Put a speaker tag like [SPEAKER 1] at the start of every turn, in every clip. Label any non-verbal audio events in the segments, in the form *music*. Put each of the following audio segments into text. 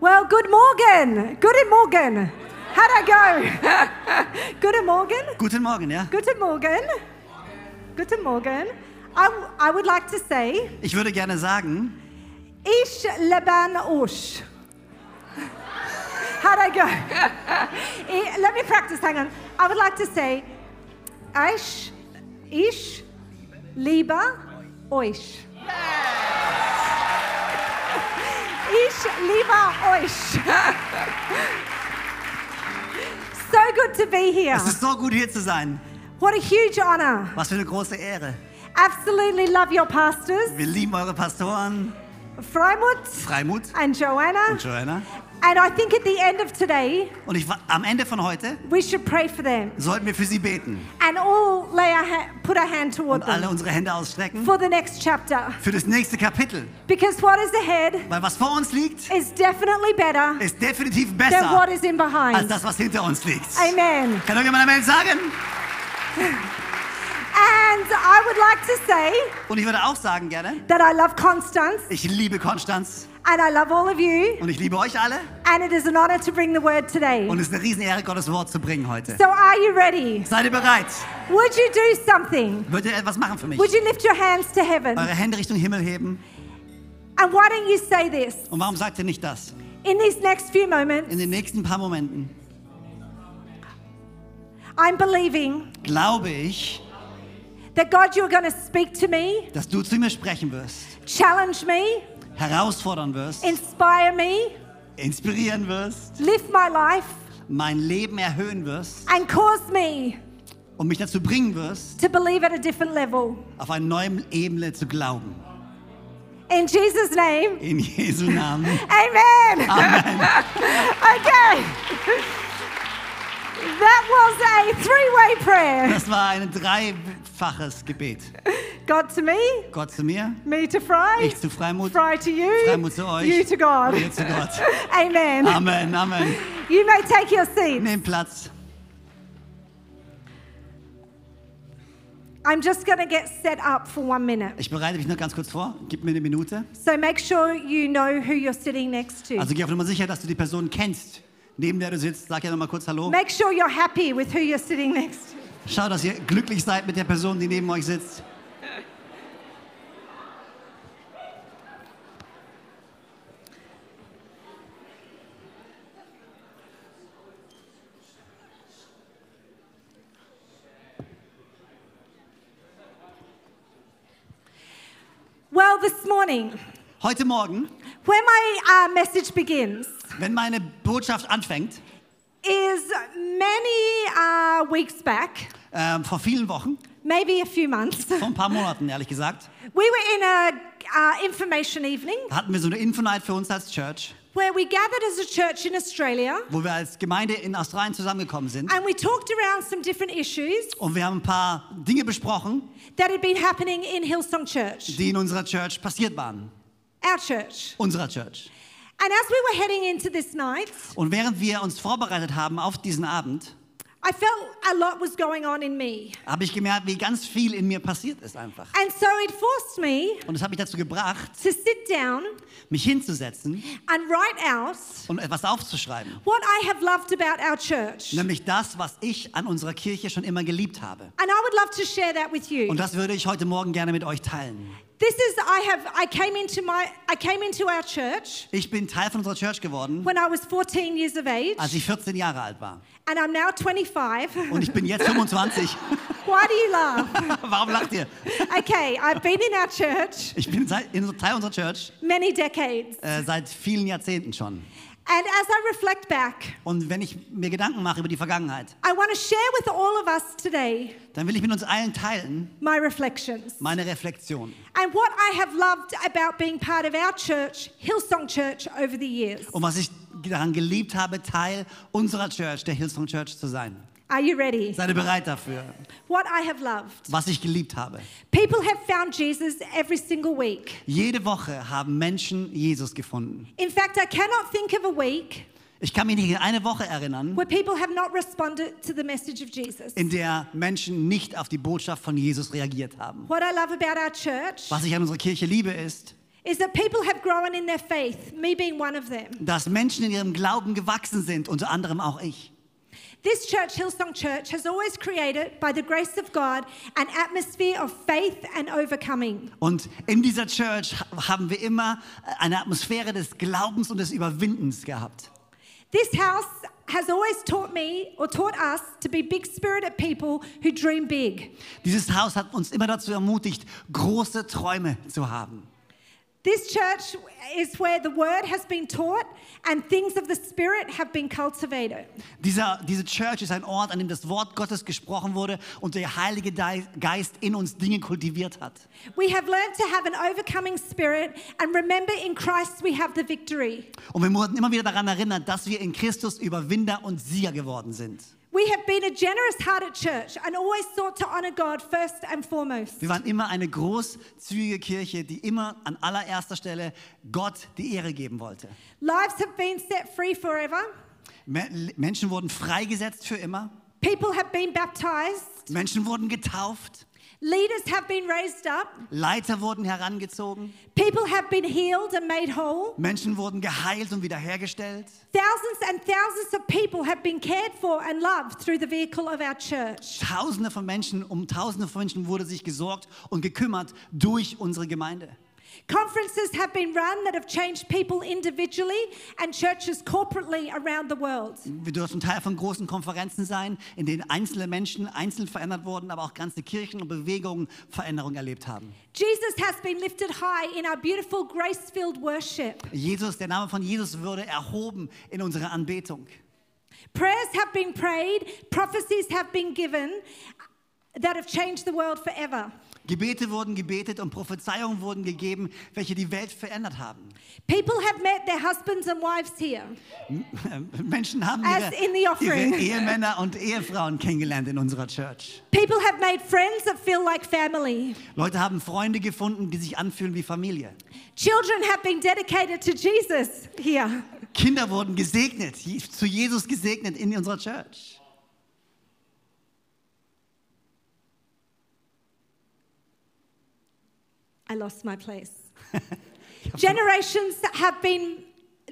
[SPEAKER 1] Well, good morgen. Good morgen. How'd I go? *laughs* good morgen.
[SPEAKER 2] Guten Morgen, ja?
[SPEAKER 1] Good morgen. Good morgen. I, w- I would like to say,
[SPEAKER 2] Ich würde gerne sagen,
[SPEAKER 1] Ich leben usch. How'd I go? Eh, Let me practice, hang on. I would like to say, Ich, ich liebe euch. Ich liebe euch. So good to be here.
[SPEAKER 2] es ist so gut hier zu sein.
[SPEAKER 1] What a huge honor.
[SPEAKER 2] Was für eine große Ehre.
[SPEAKER 1] Absolutely love your pastors,
[SPEAKER 2] Wir lieben eure Pastoren,
[SPEAKER 1] Freimut
[SPEAKER 2] Freimut
[SPEAKER 1] and Joanna.
[SPEAKER 2] und Joanna.
[SPEAKER 1] And I think at the end of today,
[SPEAKER 2] Und ich, am Ende von heute
[SPEAKER 1] We should pray for them
[SPEAKER 2] sollten wir für sie beten
[SPEAKER 1] and all lay our ha- put our hand toward
[SPEAKER 2] und alle
[SPEAKER 1] them
[SPEAKER 2] unsere Hände ausstrecken
[SPEAKER 1] for the next chapter.
[SPEAKER 2] für das nächste Kapitel.
[SPEAKER 1] Because what is ahead
[SPEAKER 2] Weil was vor uns liegt,
[SPEAKER 1] is definitely better
[SPEAKER 2] ist definitiv
[SPEAKER 1] than what
[SPEAKER 2] besser
[SPEAKER 1] is in
[SPEAKER 2] als
[SPEAKER 1] behind.
[SPEAKER 2] das, was hinter uns liegt.
[SPEAKER 1] Amen.
[SPEAKER 2] Kann irgendjemand Amen sagen?
[SPEAKER 1] And I would like to say
[SPEAKER 2] Und ich würde auch sagen gerne,
[SPEAKER 1] that I love Constance
[SPEAKER 2] ich liebe Konstanz
[SPEAKER 1] and I love all of you,
[SPEAKER 2] und ich liebe euch alle.
[SPEAKER 1] and it is an honor to bring the word today.
[SPEAKER 2] Und es ist eine Riesenehre, Gottes Wort zu bringen heute.
[SPEAKER 1] So, are you ready?
[SPEAKER 2] Seid ihr bereit?
[SPEAKER 1] Would you do something?
[SPEAKER 2] Würdet ihr etwas machen für mich?
[SPEAKER 1] Would you lift your hands to heaven?
[SPEAKER 2] Eure Hände Richtung Himmel heben.
[SPEAKER 1] And why don't you say this?
[SPEAKER 2] Und warum sagt ihr nicht das?
[SPEAKER 1] In these next few moments,
[SPEAKER 2] In den nächsten paar Momenten
[SPEAKER 1] I'm believing
[SPEAKER 2] glaube ich,
[SPEAKER 1] that God, you're going to speak to me,
[SPEAKER 2] dass du zu mir sprechen wirst,
[SPEAKER 1] challenge me,
[SPEAKER 2] herausfordern wirst,
[SPEAKER 1] inspire me,
[SPEAKER 2] inspirieren wirst,
[SPEAKER 1] lift my life,
[SPEAKER 2] mein Leben erhöhen wirst
[SPEAKER 1] and cause me
[SPEAKER 2] und mich dazu bringen wirst,
[SPEAKER 1] to believe at a different level.
[SPEAKER 2] auf einer neuen Ebene zu glauben.
[SPEAKER 1] In Jesus' name,
[SPEAKER 2] In Jesu Namen.
[SPEAKER 1] amen.
[SPEAKER 2] Amen.
[SPEAKER 1] *laughs* Okay. That was a three way prayer
[SPEAKER 2] Das war ein dreifaches Gebet.
[SPEAKER 1] God to me,
[SPEAKER 2] Gott zu mir,
[SPEAKER 1] me to Fry,
[SPEAKER 2] ich zu Freimut,
[SPEAKER 1] Fry to you,
[SPEAKER 2] Freimut zu euch,
[SPEAKER 1] you to God.
[SPEAKER 2] ihr zu Gott.
[SPEAKER 1] Amen.
[SPEAKER 2] Amen, Amen.
[SPEAKER 1] You may take your seat.
[SPEAKER 2] Nehmt Platz.
[SPEAKER 1] I'm just going to get set up for one minute.
[SPEAKER 2] Ich bereite mich nur ganz kurz vor. Gib mir eine Minute.
[SPEAKER 1] So make sure you know who you're sitting next to.
[SPEAKER 2] Also geh auf Nummer sicher, dass du die Person kennst, neben der du sitzt. Sag ja nochmal kurz Hallo.
[SPEAKER 1] Make sure you're happy with who you're sitting next to.
[SPEAKER 2] Schau, dass ihr glücklich seid mit der Person, die neben euch sitzt.
[SPEAKER 1] Well, this morning,
[SPEAKER 2] Heute Morgen,
[SPEAKER 1] Where my uh, message begins
[SPEAKER 2] wenn meine Botschaft anfängt,
[SPEAKER 1] is many uh, weeks back,
[SPEAKER 2] ähm, vor vielen Wochen,
[SPEAKER 1] maybe a few months, *laughs* we
[SPEAKER 2] vor ein paar Monaten ehrlich gesagt,
[SPEAKER 1] were in a uh, information evening
[SPEAKER 2] hatten wir so eine Info-Night für uns als Church,
[SPEAKER 1] where we gathered as a church in Australia
[SPEAKER 2] wo wir als Gemeinde in Australien zusammengekommen sind.
[SPEAKER 1] and we talked around some different issues
[SPEAKER 2] Und wir haben ein paar Dinge besprochen,
[SPEAKER 1] that had been happening in Hillsong Church,
[SPEAKER 2] die in unserer Church passiert waren.
[SPEAKER 1] our church.
[SPEAKER 2] Unserer Church.
[SPEAKER 1] And as we were heading into this night,
[SPEAKER 2] Und während wir uns vorbereitet haben auf diesen Abend,
[SPEAKER 1] I felt a lot was going on in me.
[SPEAKER 2] habe ich gemerkt, wie ganz viel in mir passiert ist einfach.
[SPEAKER 1] And so it forced me
[SPEAKER 2] Und es hat mich dazu gebracht,
[SPEAKER 1] to sit down
[SPEAKER 2] mich hinzusetzen
[SPEAKER 1] and write out
[SPEAKER 2] und etwas aufzuschreiben.
[SPEAKER 1] what I have loved about our church.
[SPEAKER 2] Nämlich das, was ich an unserer Kirche schon immer geliebt habe.
[SPEAKER 1] And I would love to share that with you.
[SPEAKER 2] Und das würde ich heute Morgen gerne mit euch teilen.
[SPEAKER 1] This is I have I came into my I came into our church
[SPEAKER 2] Ich bin Teil von unserer Church geworden,
[SPEAKER 1] when I was 14 years of age
[SPEAKER 2] als ich 14 Jahre alt war.
[SPEAKER 1] and I'm now 25.
[SPEAKER 2] Und ich bin jetzt 25.
[SPEAKER 1] *laughs* Why do you laugh?
[SPEAKER 2] *laughs* Warum lacht ihr?
[SPEAKER 1] Okay, I've been in our church
[SPEAKER 2] Ich bin seit- in- Teil unserer Church
[SPEAKER 1] many decades
[SPEAKER 2] äh, seit vielen Jahrzehnten schon.
[SPEAKER 1] And as I reflect back,
[SPEAKER 2] Und wenn ich mir Gedanken mache über die Vergangenheit,
[SPEAKER 1] I want to share with all of us today
[SPEAKER 2] dann will ich mit uns allen teilen
[SPEAKER 1] my reflections
[SPEAKER 2] meine Reflexion
[SPEAKER 1] and what I have loved about being part of our church, Hillsong Church, over the years.
[SPEAKER 2] und um was ich daran geliebt habe, Teil unserer Church, der Hillsong Church zu sein.
[SPEAKER 1] Are you ready?
[SPEAKER 2] Seid ihr bereit dafür?
[SPEAKER 1] What I have loved.
[SPEAKER 2] Was ich geliebt habe.
[SPEAKER 1] People have found Jesus every single week.
[SPEAKER 2] Jede Woche haben Menschen Jesus gefunden.
[SPEAKER 1] In fact, I cannot think of a week
[SPEAKER 2] Ich kann mich nicht an eine Woche erinnern,
[SPEAKER 1] where people have not responded to the message of Jesus.
[SPEAKER 2] in der Menschen nicht auf die Botschaft von Jesus reagiert haben.
[SPEAKER 1] What I love about our church
[SPEAKER 2] Was ich an unserer Kirche liebe, ist,
[SPEAKER 1] is that people have grown in their faith, me being one of them.
[SPEAKER 2] dass Menschen in ihrem Glauben gewachsen sind, unter anderem auch ich.
[SPEAKER 1] This church, Hillsong Church, has always created, by the grace of God, an atmosphere of faith and overcoming.
[SPEAKER 2] Und in dieser Church ha- haben wir immer eine Atmosphäre des Glaubens und des Überwindens gehabt.
[SPEAKER 1] This house has always taught me or taught us to be big spirited people who dream big.
[SPEAKER 2] Dieses Haus hat uns immer dazu ermutigt, große Träume zu haben.
[SPEAKER 1] This church is where the word has been taught and things of the spirit have been cultivated.
[SPEAKER 2] Dieser, diese Church ist ein Ort, an dem das Wort Gottes gesprochen wurde und der Heilige Dei- Geist in uns Dinge kultiviert hat.
[SPEAKER 1] We have learned to have an overcoming spirit and remember in Christ we have the victory.
[SPEAKER 2] Und wir wurden immer wieder daran erinnert, dass wir in Christus Überwinder und Sieger geworden sind.
[SPEAKER 1] We have been a generous heart at church and always sought to honor God first and foremost.
[SPEAKER 2] Wir waren immer eine großzügige Kirche, die immer an allererster Stelle Gott die Ehre geben wollte.
[SPEAKER 1] Lives have been set free forever.
[SPEAKER 2] Me- Menschen wurden freigesetzt für immer.
[SPEAKER 1] People have been baptized.
[SPEAKER 2] Menschen wurden getauft.
[SPEAKER 1] Leaders have been raised up.
[SPEAKER 2] Leiter wurden herangezogen.
[SPEAKER 1] People have been healed and made whole.
[SPEAKER 2] Menschen wurden geheilt und wiederhergestellt.
[SPEAKER 1] Thousands and thousands of people have been cared for and loved through the vehicle of our church.
[SPEAKER 2] Tausende von Menschen, um Tausende von Menschen wurde sich gesorgt und gekümmert durch unsere Gemeinde.
[SPEAKER 1] Conferences have been run that have changed people individually and churches corporately around the world.
[SPEAKER 2] Wir durften Teil von großen Konferenzen sein, in denen einzelne Menschen einzeln verändert wurden, aber auch ganze Kirchen und Bewegungen Veränderung erlebt haben.
[SPEAKER 1] Jesus has been lifted high in our beautiful grace filled worship.
[SPEAKER 2] Jesus, der Name von Jesus würde erhoben in unserer Anbetung.
[SPEAKER 1] Prayers have been prayed, prophecies have been given that have changed the world forever.
[SPEAKER 2] Gebete wurden gebetet und Prophezeiungen wurden gegeben, welche die Welt verändert haben. *laughs*
[SPEAKER 1] People have met their husbands and wives here.
[SPEAKER 2] Menschen haben
[SPEAKER 1] As in the
[SPEAKER 2] ihre,
[SPEAKER 1] offering.
[SPEAKER 2] ihre Ehemänner und Ehefrauen kennengelernt in unserer Church.
[SPEAKER 1] People have made friends that feel like family.
[SPEAKER 2] Leute haben Freunde gefunden, die sich anfühlen wie Familie.
[SPEAKER 1] Children have been dedicated to Jesus here.
[SPEAKER 2] Kinder wurden gesegnet, je- zu Jesus gesegnet in unserer Church.
[SPEAKER 1] I lost my place. generations have been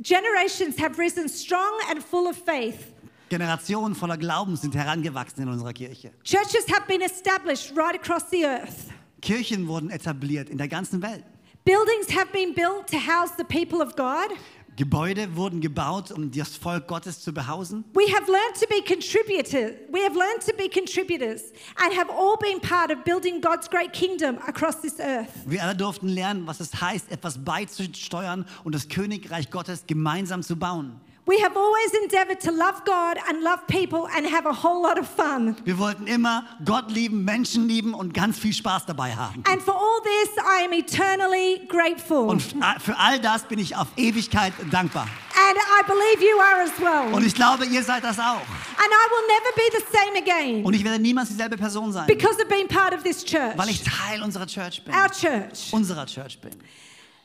[SPEAKER 1] generations have risen strong and full of faith.
[SPEAKER 2] Generationen voller Glauben sind herangewachsen in unserer Kirche.
[SPEAKER 1] Churches have been established right across the earth.
[SPEAKER 2] Kirchen wurden etabliert in der ganzen Welt.
[SPEAKER 1] Buildings have been built to house the people of God.
[SPEAKER 2] Gebäude wurden gebaut, um das Volk Gottes zu behausen.
[SPEAKER 1] We have learned to be contributors. We have learned to be contributors and have all been part of building God's great kingdom across this earth.
[SPEAKER 2] Wir alle durften lernen, was es heißt, etwas beizusteuern und das Königreich Gottes gemeinsam zu bauen.
[SPEAKER 1] We have always endeavored to love God and love people and have a whole lot of fun.
[SPEAKER 2] Wir wollten immer Gott lieben, Menschen lieben und ganz viel Spaß dabei haben.
[SPEAKER 1] And for all this, I am eternally grateful.
[SPEAKER 2] Und für all das bin ich auf Ewigkeit dankbar.
[SPEAKER 1] And I believe you are as well.
[SPEAKER 2] Und ich glaube, ihr seid das auch.
[SPEAKER 1] And I will never be the same again
[SPEAKER 2] Und ich werde niemals dieselbe Person sein,
[SPEAKER 1] because of being part of this
[SPEAKER 2] weil ich
[SPEAKER 1] church,
[SPEAKER 2] Teil unserer Church bin.
[SPEAKER 1] our church.
[SPEAKER 2] Unserer Church bin.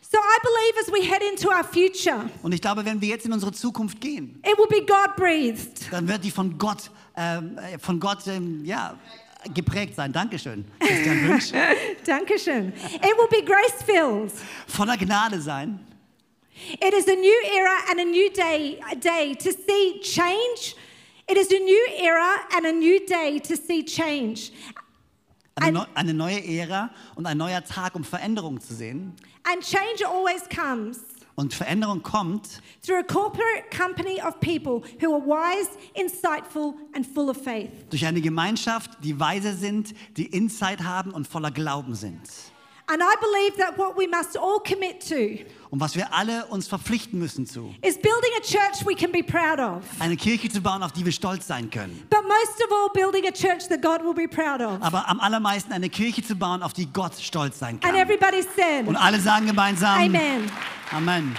[SPEAKER 1] So I believe as we head into our future,
[SPEAKER 2] Und ich glaube, wenn wir jetzt in unsere Zukunft gehen,
[SPEAKER 1] it will be God breathed.
[SPEAKER 2] dann wird die von Gott, ähm, äh, von Gott ähm, ja, geprägt sein. Dankeschön. Christian Wünsch.
[SPEAKER 1] Dankeschön. It will be grace filled.
[SPEAKER 2] Voller Gnade sein.
[SPEAKER 1] It is a new era and a new day, a day to see change. It is a new era and a new day to see change.
[SPEAKER 2] Eine,
[SPEAKER 1] Ein-
[SPEAKER 2] neu, eine neue Ära und ein neuer Tag, um Veränderung zu sehen.
[SPEAKER 1] And change always comes
[SPEAKER 2] Und Veränderung kommt
[SPEAKER 1] through a corporate company of people who are wise, insightful, and full of faith.
[SPEAKER 2] durch eine Gemeinschaft, die weise sind, die Insight haben und voller Glauben sind.
[SPEAKER 1] And I believe that what we must all commit to
[SPEAKER 2] und was wir alle uns verpflichten müssen zu.
[SPEAKER 1] is building a church we can be proud of.
[SPEAKER 2] Eine Kirche zu bauen, auf die wir stolz sein können.
[SPEAKER 1] But most of all, building a church that God will be proud of.
[SPEAKER 2] Aber am allermeisten eine Kirche zu bauen, auf die Gott stolz sein
[SPEAKER 1] And
[SPEAKER 2] kann.
[SPEAKER 1] everybody said,
[SPEAKER 2] Und alle sagen gemeinsam
[SPEAKER 1] Amen.
[SPEAKER 2] Amen.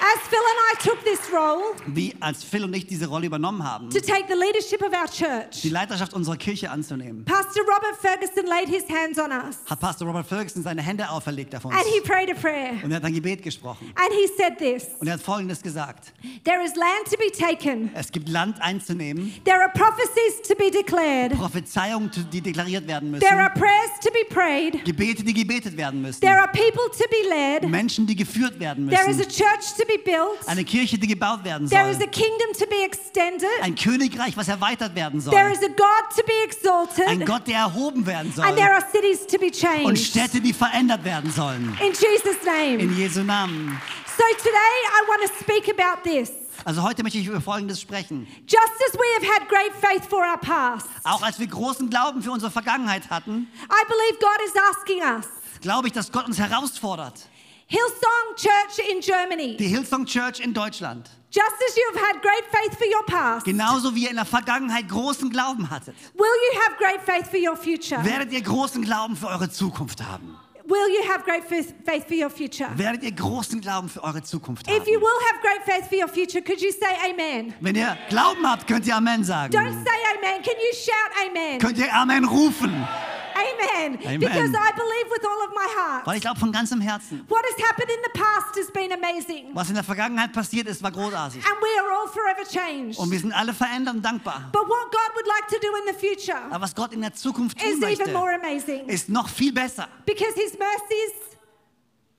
[SPEAKER 1] As Phil and I took this role
[SPEAKER 2] Wie als Phil und ich diese Rolle übernommen haben,
[SPEAKER 1] to take the leadership of our church,
[SPEAKER 2] die Leiterschaft unserer Kirche anzunehmen,
[SPEAKER 1] Pastor Robert Ferguson laid his hands on us
[SPEAKER 2] hat Pastor Robert Ferguson seine Hände auferlegt auf uns.
[SPEAKER 1] and he prayed a prayer.
[SPEAKER 2] Und er hat ein Gebet gesprochen.
[SPEAKER 1] And he said this
[SPEAKER 2] Und er hat Folgendes gesagt.
[SPEAKER 1] There is land to be taken,
[SPEAKER 2] Es gibt Land einzunehmen,
[SPEAKER 1] there are prophecies to be declared,
[SPEAKER 2] Prophezeiungen, die deklariert werden müssen,
[SPEAKER 1] there are prayers to be prayed,
[SPEAKER 2] Gebete, die gebetet werden müssen,
[SPEAKER 1] there are people to be led,
[SPEAKER 2] Menschen, die geführt werden
[SPEAKER 1] there is a
[SPEAKER 2] müssen,
[SPEAKER 1] church to be built,
[SPEAKER 2] eine Kirche, die gebaut werden
[SPEAKER 1] there is a
[SPEAKER 2] soll,
[SPEAKER 1] kingdom to be extended,
[SPEAKER 2] ein Königreich, was erweitert werden
[SPEAKER 1] there
[SPEAKER 2] soll,
[SPEAKER 1] is a God to be
[SPEAKER 2] ein
[SPEAKER 1] exalted,
[SPEAKER 2] Gott, der erhoben werden
[SPEAKER 1] and there
[SPEAKER 2] soll
[SPEAKER 1] are cities to be
[SPEAKER 2] und
[SPEAKER 1] changed.
[SPEAKER 2] Städte, die verändert werden sollen.
[SPEAKER 1] In Jesus' name.
[SPEAKER 2] In Jesu Namen.
[SPEAKER 1] So today I want to speak about this.
[SPEAKER 2] Also heute möchte ich über Folgendes sprechen.
[SPEAKER 1] Just as we have had great faith for our past,
[SPEAKER 2] Auch als wir großen Glauben für unsere Vergangenheit hatten,
[SPEAKER 1] I believe God is asking us.
[SPEAKER 2] glaube ich, dass Gott uns herausfordert.
[SPEAKER 1] Hillsong Church in Germany,
[SPEAKER 2] Die Hillsong Church in Deutschland.
[SPEAKER 1] just as you have had great faith for your past,
[SPEAKER 2] Genauso wie ihr in der Vergangenheit großen Glauben hattet,
[SPEAKER 1] will you have great faith for your future?
[SPEAKER 2] werdet ihr großen Glauben für eure Zukunft haben.
[SPEAKER 1] Will you have great faith faith for your future?
[SPEAKER 2] Werdet ihr großen Glauben für eure Zukunft
[SPEAKER 1] If you
[SPEAKER 2] haben.
[SPEAKER 1] will have great faith for your future, could you say amen?
[SPEAKER 2] Wenn ihr Glauben habt, könnt ihr Amen sagen.
[SPEAKER 1] Don't say amen. Can you shout amen?
[SPEAKER 2] Könnt ihr Amen rufen.
[SPEAKER 1] Amen.
[SPEAKER 2] Amen.
[SPEAKER 1] Because I believe with all of my
[SPEAKER 2] Weil
[SPEAKER 1] heart.
[SPEAKER 2] ich glaube von ganzem Herzen,
[SPEAKER 1] What has happened in the past has been amazing.
[SPEAKER 2] was in der Vergangenheit passiert ist, war großartig.
[SPEAKER 1] And we are all forever changed.
[SPEAKER 2] Und wir sind alle verändert und dankbar.
[SPEAKER 1] But what God would like to do in the future
[SPEAKER 2] Aber was Gott in der Zukunft tun
[SPEAKER 1] is even
[SPEAKER 2] möchte,
[SPEAKER 1] more amazing.
[SPEAKER 2] ist noch viel besser.
[SPEAKER 1] Because his mercies,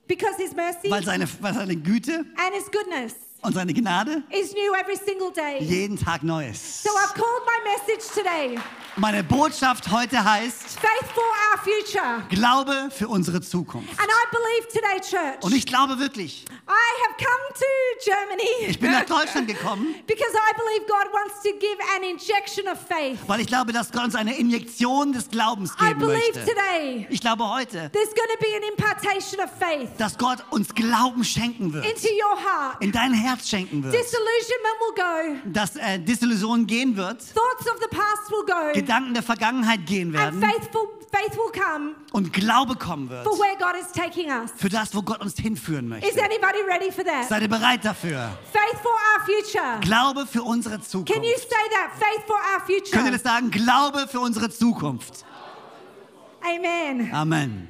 [SPEAKER 1] because his mercy
[SPEAKER 2] Weil seine, weil seine Güte
[SPEAKER 1] and his goodness
[SPEAKER 2] und seine Gnade
[SPEAKER 1] is new every single day.
[SPEAKER 2] jeden Tag neu ist.
[SPEAKER 1] So uh, I've called my message today,
[SPEAKER 2] Meine Botschaft heute heißt
[SPEAKER 1] Faith for Our Future. And
[SPEAKER 2] Glaube für unsere Zukunft.
[SPEAKER 1] I believe today, church,
[SPEAKER 2] Und ich glaube wirklich,
[SPEAKER 1] I have come to Germany
[SPEAKER 2] ich bin
[SPEAKER 1] *laughs*
[SPEAKER 2] nach Deutschland gekommen,
[SPEAKER 1] because I believe God wants to give an injection of faith.
[SPEAKER 2] weil ich glaube, dass Gott uns eine Injektion des Glaubens
[SPEAKER 1] I
[SPEAKER 2] geben
[SPEAKER 1] believe
[SPEAKER 2] möchte.
[SPEAKER 1] today
[SPEAKER 2] Ich glaube heute,
[SPEAKER 1] there's going to be an impartation of faith
[SPEAKER 2] dass Gott uns Glauben schenken wird,
[SPEAKER 1] into your heart.
[SPEAKER 2] in dein Herz schenken wird,
[SPEAKER 1] Disillusionment will go.
[SPEAKER 2] dass äh, Disillusion gehen wird,
[SPEAKER 1] Thoughts of the past will go,
[SPEAKER 2] Gedanken der Vergangenheit gehen
[SPEAKER 1] and
[SPEAKER 2] werden
[SPEAKER 1] faithful faith will come
[SPEAKER 2] und Glaube kommen wird
[SPEAKER 1] for where God is taking us.
[SPEAKER 2] für das, wo Gott uns hinführen
[SPEAKER 1] Is
[SPEAKER 2] möchte.
[SPEAKER 1] anybody ready for that?
[SPEAKER 2] Seid ihr bereit dafür?
[SPEAKER 1] Faith for our future.
[SPEAKER 2] Glaube für unsere
[SPEAKER 1] Can you say
[SPEAKER 2] Zukunft.
[SPEAKER 1] that? Faith for our
[SPEAKER 2] Könnt ihr das
[SPEAKER 1] future.
[SPEAKER 2] sagen? Glaube für unsere Zukunft.
[SPEAKER 1] Amen.
[SPEAKER 2] Amen.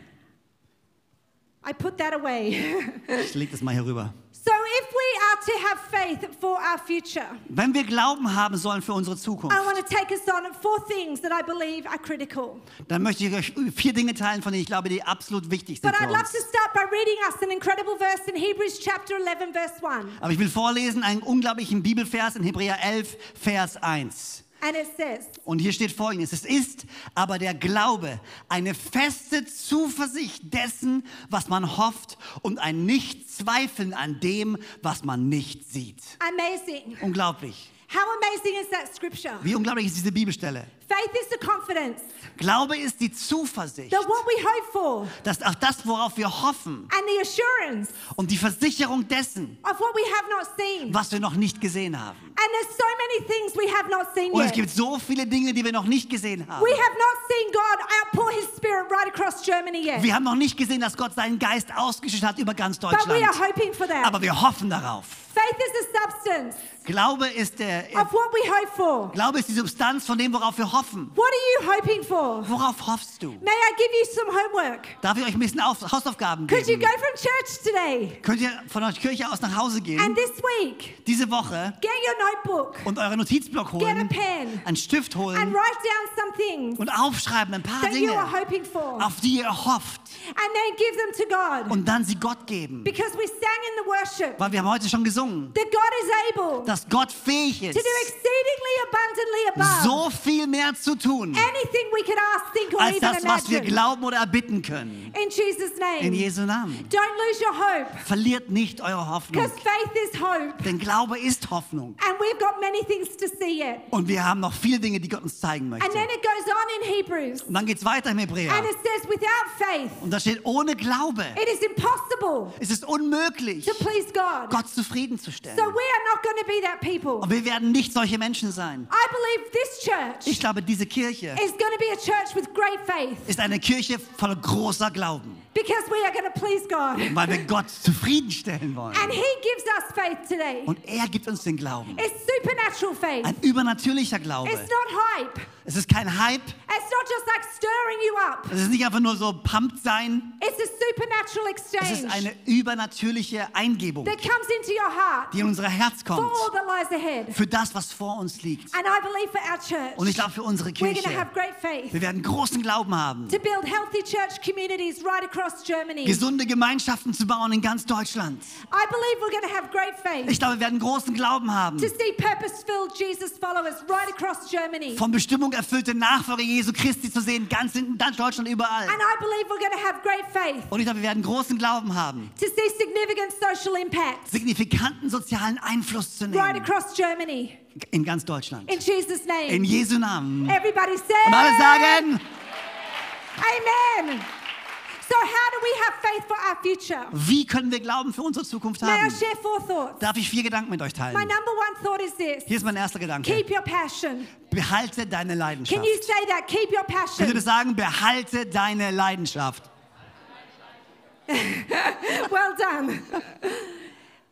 [SPEAKER 1] I put that away. *laughs*
[SPEAKER 2] Ich leg das mal hier rüber.
[SPEAKER 1] so if we are to have faith for our future,
[SPEAKER 2] Wenn wir Glauben haben sollen für unsere Zukunft,
[SPEAKER 1] I want to take us on four things that I believe are critical.
[SPEAKER 2] dann möchte ich euch vier Dinge teilen, von denen ich glaube, die absolut wichtig sind
[SPEAKER 1] But
[SPEAKER 2] für
[SPEAKER 1] I'd love
[SPEAKER 2] uns.
[SPEAKER 1] to start by reading us an incredible verse in Hebrews chapter 11 verse 1.
[SPEAKER 2] Aber ich will vorlesen einen unglaublichen Bibelvers in Hebräer 11, Vers 1.
[SPEAKER 1] And it says,
[SPEAKER 2] Und hier steht folgendes: Es ist aber der Glaube eine feste Zuversicht dessen, was man hofft, und ein Nichtzweifeln an dem, was man nicht sieht.
[SPEAKER 1] amazing.
[SPEAKER 2] Unglaublich.
[SPEAKER 1] How amazing is that scripture?
[SPEAKER 2] Wie unglaublich ist diese Bibelstelle?
[SPEAKER 1] Faith is the confidence
[SPEAKER 2] Glaube ist die Zuversicht,
[SPEAKER 1] that what we hope for
[SPEAKER 2] dass auch das, worauf wir hoffen,
[SPEAKER 1] and the assurance
[SPEAKER 2] und die Versicherung dessen,
[SPEAKER 1] of what we have not seen.
[SPEAKER 2] was wir noch nicht gesehen haben.
[SPEAKER 1] And there's so many things we have not seen
[SPEAKER 2] Und es
[SPEAKER 1] yet.
[SPEAKER 2] gibt so viele Dinge, die wir noch nicht gesehen haben.
[SPEAKER 1] We have not seen God outpour his spirit right across Germany yet.
[SPEAKER 2] Wir haben noch nicht gesehen, dass Gott seinen Geist ausgeschüttet hat über ganz
[SPEAKER 1] But we are
[SPEAKER 2] Deutschland.
[SPEAKER 1] hoping for that.
[SPEAKER 2] Aber wir hoffen darauf.
[SPEAKER 1] Faith is the substance
[SPEAKER 2] Glaube ist der
[SPEAKER 1] of what we hope for.
[SPEAKER 2] Glaube ist die Substanz von dem, worauf wir hoffen.
[SPEAKER 1] What are you hoping for?
[SPEAKER 2] Worauf hoffst du?
[SPEAKER 1] May I give you some homework?
[SPEAKER 2] Darf ich euch ein bisschen auf Hausaufgaben
[SPEAKER 1] Could you
[SPEAKER 2] geben?
[SPEAKER 1] go from church today
[SPEAKER 2] Könnt ihr von eurer Kirche aus nach Hause
[SPEAKER 1] and
[SPEAKER 2] gehen?
[SPEAKER 1] this week
[SPEAKER 2] Diese Woche
[SPEAKER 1] get your notebook
[SPEAKER 2] und euren Notizblock
[SPEAKER 1] Get a
[SPEAKER 2] holen,
[SPEAKER 1] pen.
[SPEAKER 2] einen Stift
[SPEAKER 1] and
[SPEAKER 2] holen
[SPEAKER 1] write down some things
[SPEAKER 2] und aufschreiben ein paar
[SPEAKER 1] that you are
[SPEAKER 2] Dinge,
[SPEAKER 1] hoping for
[SPEAKER 2] auf die ihr hofft
[SPEAKER 1] and then give them to God?
[SPEAKER 2] und dann sie Gott geben.
[SPEAKER 1] Because we sang in the worship
[SPEAKER 2] Weil wir haben heute schon gesungen,
[SPEAKER 1] that God is able
[SPEAKER 2] dass Gott fähig
[SPEAKER 1] to do
[SPEAKER 2] ist,
[SPEAKER 1] exceedingly abundantly above
[SPEAKER 2] so viel mehr mehr zu tun,
[SPEAKER 1] Anything we could ask, think, or
[SPEAKER 2] als
[SPEAKER 1] even
[SPEAKER 2] das, was wir
[SPEAKER 1] imagine.
[SPEAKER 2] glauben oder erbitten können.
[SPEAKER 1] In Jesus' name.
[SPEAKER 2] In Jesu Namen.
[SPEAKER 1] Don't lose your hope,
[SPEAKER 2] Verliert nicht eure Hoffnung.
[SPEAKER 1] because faith is hope.
[SPEAKER 2] Denn Glaube ist Hoffnung.
[SPEAKER 1] And we've got many things to see yet.
[SPEAKER 2] Und wir haben noch viele Dinge, die Gott uns zeigen möchte.
[SPEAKER 1] And then it goes on in Hebrews.
[SPEAKER 2] Und dann geht es weiter im Hebräer.
[SPEAKER 1] And it says, without faith,
[SPEAKER 2] Und da steht, ohne Glaube
[SPEAKER 1] it is impossible
[SPEAKER 2] ist es unmöglich,
[SPEAKER 1] to please God.
[SPEAKER 2] Gott zufriedenzustellen.
[SPEAKER 1] So we are not going to be that people.
[SPEAKER 2] Und wir werden nicht solche Menschen sein.
[SPEAKER 1] I believe this church
[SPEAKER 2] Ich glaube, diese Kirche
[SPEAKER 1] is going to be a church with great faith
[SPEAKER 2] ist eine Kirche voller großer Glauben,
[SPEAKER 1] because we are going to please God.
[SPEAKER 2] weil wir Gott zufriedenstellen wollen.
[SPEAKER 1] And He gives us faith today.
[SPEAKER 2] Und er gibt uns den Glauben.
[SPEAKER 1] It's supernatural faith,
[SPEAKER 2] Ein übernatürlicher Glaube.
[SPEAKER 1] it's not hype,
[SPEAKER 2] Es ist kein Hype.
[SPEAKER 1] it's not just like stirring you up.
[SPEAKER 2] Es ist nicht einfach nur so pumped sein.
[SPEAKER 1] It's a supernatural
[SPEAKER 2] Es ist
[SPEAKER 1] exchange
[SPEAKER 2] eine übernatürliche Eingebung,
[SPEAKER 1] that comes into your heart
[SPEAKER 2] die in unser Herz
[SPEAKER 1] for
[SPEAKER 2] kommt.
[SPEAKER 1] all that lies ahead.
[SPEAKER 2] Für das, was vor uns liegt.
[SPEAKER 1] And I believe for our church,
[SPEAKER 2] Und ich glaube, für unsere
[SPEAKER 1] we're going to
[SPEAKER 2] Kirche.
[SPEAKER 1] have great faith
[SPEAKER 2] Wir werden großen Glauben haben.
[SPEAKER 1] to build healthy church communities right across Germany.
[SPEAKER 2] Gesunde Gemeinschaften zu bauen in ganz Deutschland.
[SPEAKER 1] I believe we're going to have great faith
[SPEAKER 2] Ich glaube, wir werden großen Glauben haben.
[SPEAKER 1] to see purpose-filled Jesus followers right across Germany.
[SPEAKER 2] Von Bestimmung erfüllte Nachfolger Jesu Christi zu sehen, ganz in ganz Deutschland, überall.
[SPEAKER 1] And I believe we're going to have great faith
[SPEAKER 2] Und ich glaube, wir werden großen Glauben haben,
[SPEAKER 1] to see significant social impact
[SPEAKER 2] signifikanten sozialen Einfluss zu
[SPEAKER 1] right
[SPEAKER 2] nehmen
[SPEAKER 1] across Germany.
[SPEAKER 2] in ganz Deutschland.
[SPEAKER 1] In Jesus'
[SPEAKER 2] In
[SPEAKER 1] name.
[SPEAKER 2] Jesu Namen.
[SPEAKER 1] Everybody
[SPEAKER 2] Und alle
[SPEAKER 1] say,
[SPEAKER 2] sagen,
[SPEAKER 1] Amen. So, how do we have faith for our future?
[SPEAKER 2] wie können wir Glauben für unsere Zukunft
[SPEAKER 1] May I
[SPEAKER 2] haben?
[SPEAKER 1] share four thoughts?
[SPEAKER 2] Darf ich vier Gedanken mit euch
[SPEAKER 1] My
[SPEAKER 2] teilen?
[SPEAKER 1] number one thought is this
[SPEAKER 2] Hier ist mein erster Gedanke.
[SPEAKER 1] keep your passion.
[SPEAKER 2] Behalte deine Leidenschaft.
[SPEAKER 1] Can you say that? Keep your
[SPEAKER 2] Könnt ihr das sagen?
[SPEAKER 1] passion.
[SPEAKER 2] Behalte deine Leidenschaft.
[SPEAKER 1] Well done. *laughs*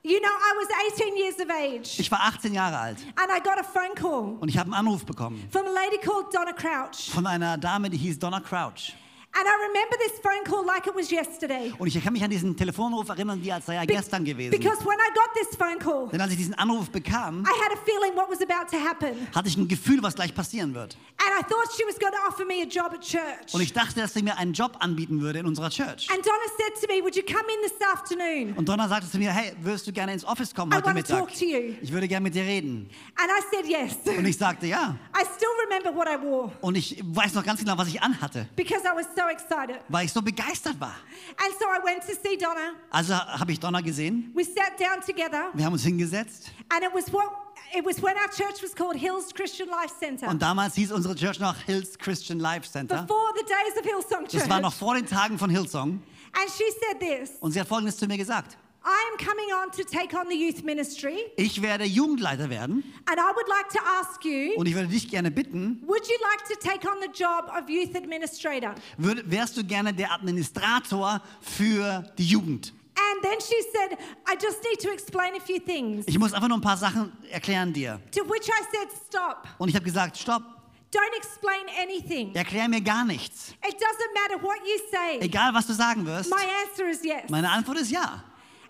[SPEAKER 1] You know, I was 18 years of age
[SPEAKER 2] Ich war 18 Jahre alt
[SPEAKER 1] and I got a phone call
[SPEAKER 2] und ich habe einen Anruf bekommen
[SPEAKER 1] from a lady called Donna Crouch.
[SPEAKER 2] von einer Dame, die hieß Donna Crouch.
[SPEAKER 1] And I remember this phone call like it was yesterday.
[SPEAKER 2] Und ich kann mich an diesen Telefonruf erinnern, wie als sei er
[SPEAKER 1] Be-
[SPEAKER 2] gestern gewesen.
[SPEAKER 1] Because when I got this phone call,
[SPEAKER 2] Denn als ich diesen Anruf bekam,
[SPEAKER 1] I had a feeling what was about to happen. And
[SPEAKER 2] hatte ich ein Gefühl, was gleich passieren wird.
[SPEAKER 1] I thought she was going to offer me a job at church.
[SPEAKER 2] Und ich dachte, dass sie mir einen Job anbieten würde in unserer Church.
[SPEAKER 1] And Donna said to me, Would you come in this afternoon?
[SPEAKER 2] Und Donna sagte zu mir, hey, würdest du gerne ins Office kommen
[SPEAKER 1] I
[SPEAKER 2] heute
[SPEAKER 1] wanna
[SPEAKER 2] Mittag?
[SPEAKER 1] talk to you.
[SPEAKER 2] Ich würde gerne mit dir reden.
[SPEAKER 1] And I said, Yes.
[SPEAKER 2] Und ich sagte, ja.
[SPEAKER 1] I still remember what I wore
[SPEAKER 2] Und ich weiß noch ganz genau, was ich anhatte,
[SPEAKER 1] because I was so excited.
[SPEAKER 2] weil ich so begeistert war.
[SPEAKER 1] And so I went to see Donna.
[SPEAKER 2] Also habe ich Donna gesehen,
[SPEAKER 1] We sat down together,
[SPEAKER 2] wir haben uns hingesetzt
[SPEAKER 1] and it was what it was when our church was called Hills Christian Life Center.
[SPEAKER 2] und damals hieß unsere Church noch Hills Christian Life Center.
[SPEAKER 1] Before the days of Hillsong
[SPEAKER 2] Das
[SPEAKER 1] Church.
[SPEAKER 2] war noch vor den Tagen von Hillsong.
[SPEAKER 1] And she said this
[SPEAKER 2] Und sie hat Folgendes zu mir gesagt.
[SPEAKER 1] I am coming on to take on the youth ministry,
[SPEAKER 2] Ich werde Jugendleiter werden
[SPEAKER 1] and I would like to ask you
[SPEAKER 2] und ich würde dich gerne bitten,
[SPEAKER 1] would you like to take on the job of youth administrator?
[SPEAKER 2] würd, wärst du gerne der Administrator für die Jugend?
[SPEAKER 1] And then she said, I just need to explain a few things.
[SPEAKER 2] Ich muss einfach nur ein paar Sachen erklären dir.
[SPEAKER 1] To which I said, Stop.
[SPEAKER 2] Und ich habe gesagt, stopp,
[SPEAKER 1] Don't explain anything.
[SPEAKER 2] erklär mir gar nichts.
[SPEAKER 1] It doesn't matter what you say.
[SPEAKER 2] Egal, was du sagen wirst.
[SPEAKER 1] My answer is yes.
[SPEAKER 2] Meine Antwort ist ja.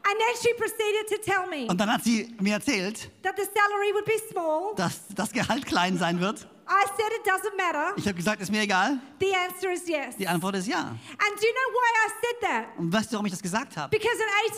[SPEAKER 1] And then she proceeded to tell me
[SPEAKER 2] Und dann hat sie mir erzählt,
[SPEAKER 1] that the salary would be small.
[SPEAKER 2] dass das Gehalt klein sein wird.
[SPEAKER 1] I said it doesn't matter.
[SPEAKER 2] Ich habe gesagt, ist mir egal.
[SPEAKER 1] The answer is yes.
[SPEAKER 2] Die Antwort ist ja.
[SPEAKER 1] And do you know why I said that?
[SPEAKER 2] Und weißt du, warum ich das gesagt habe?
[SPEAKER 1] Because at 18 years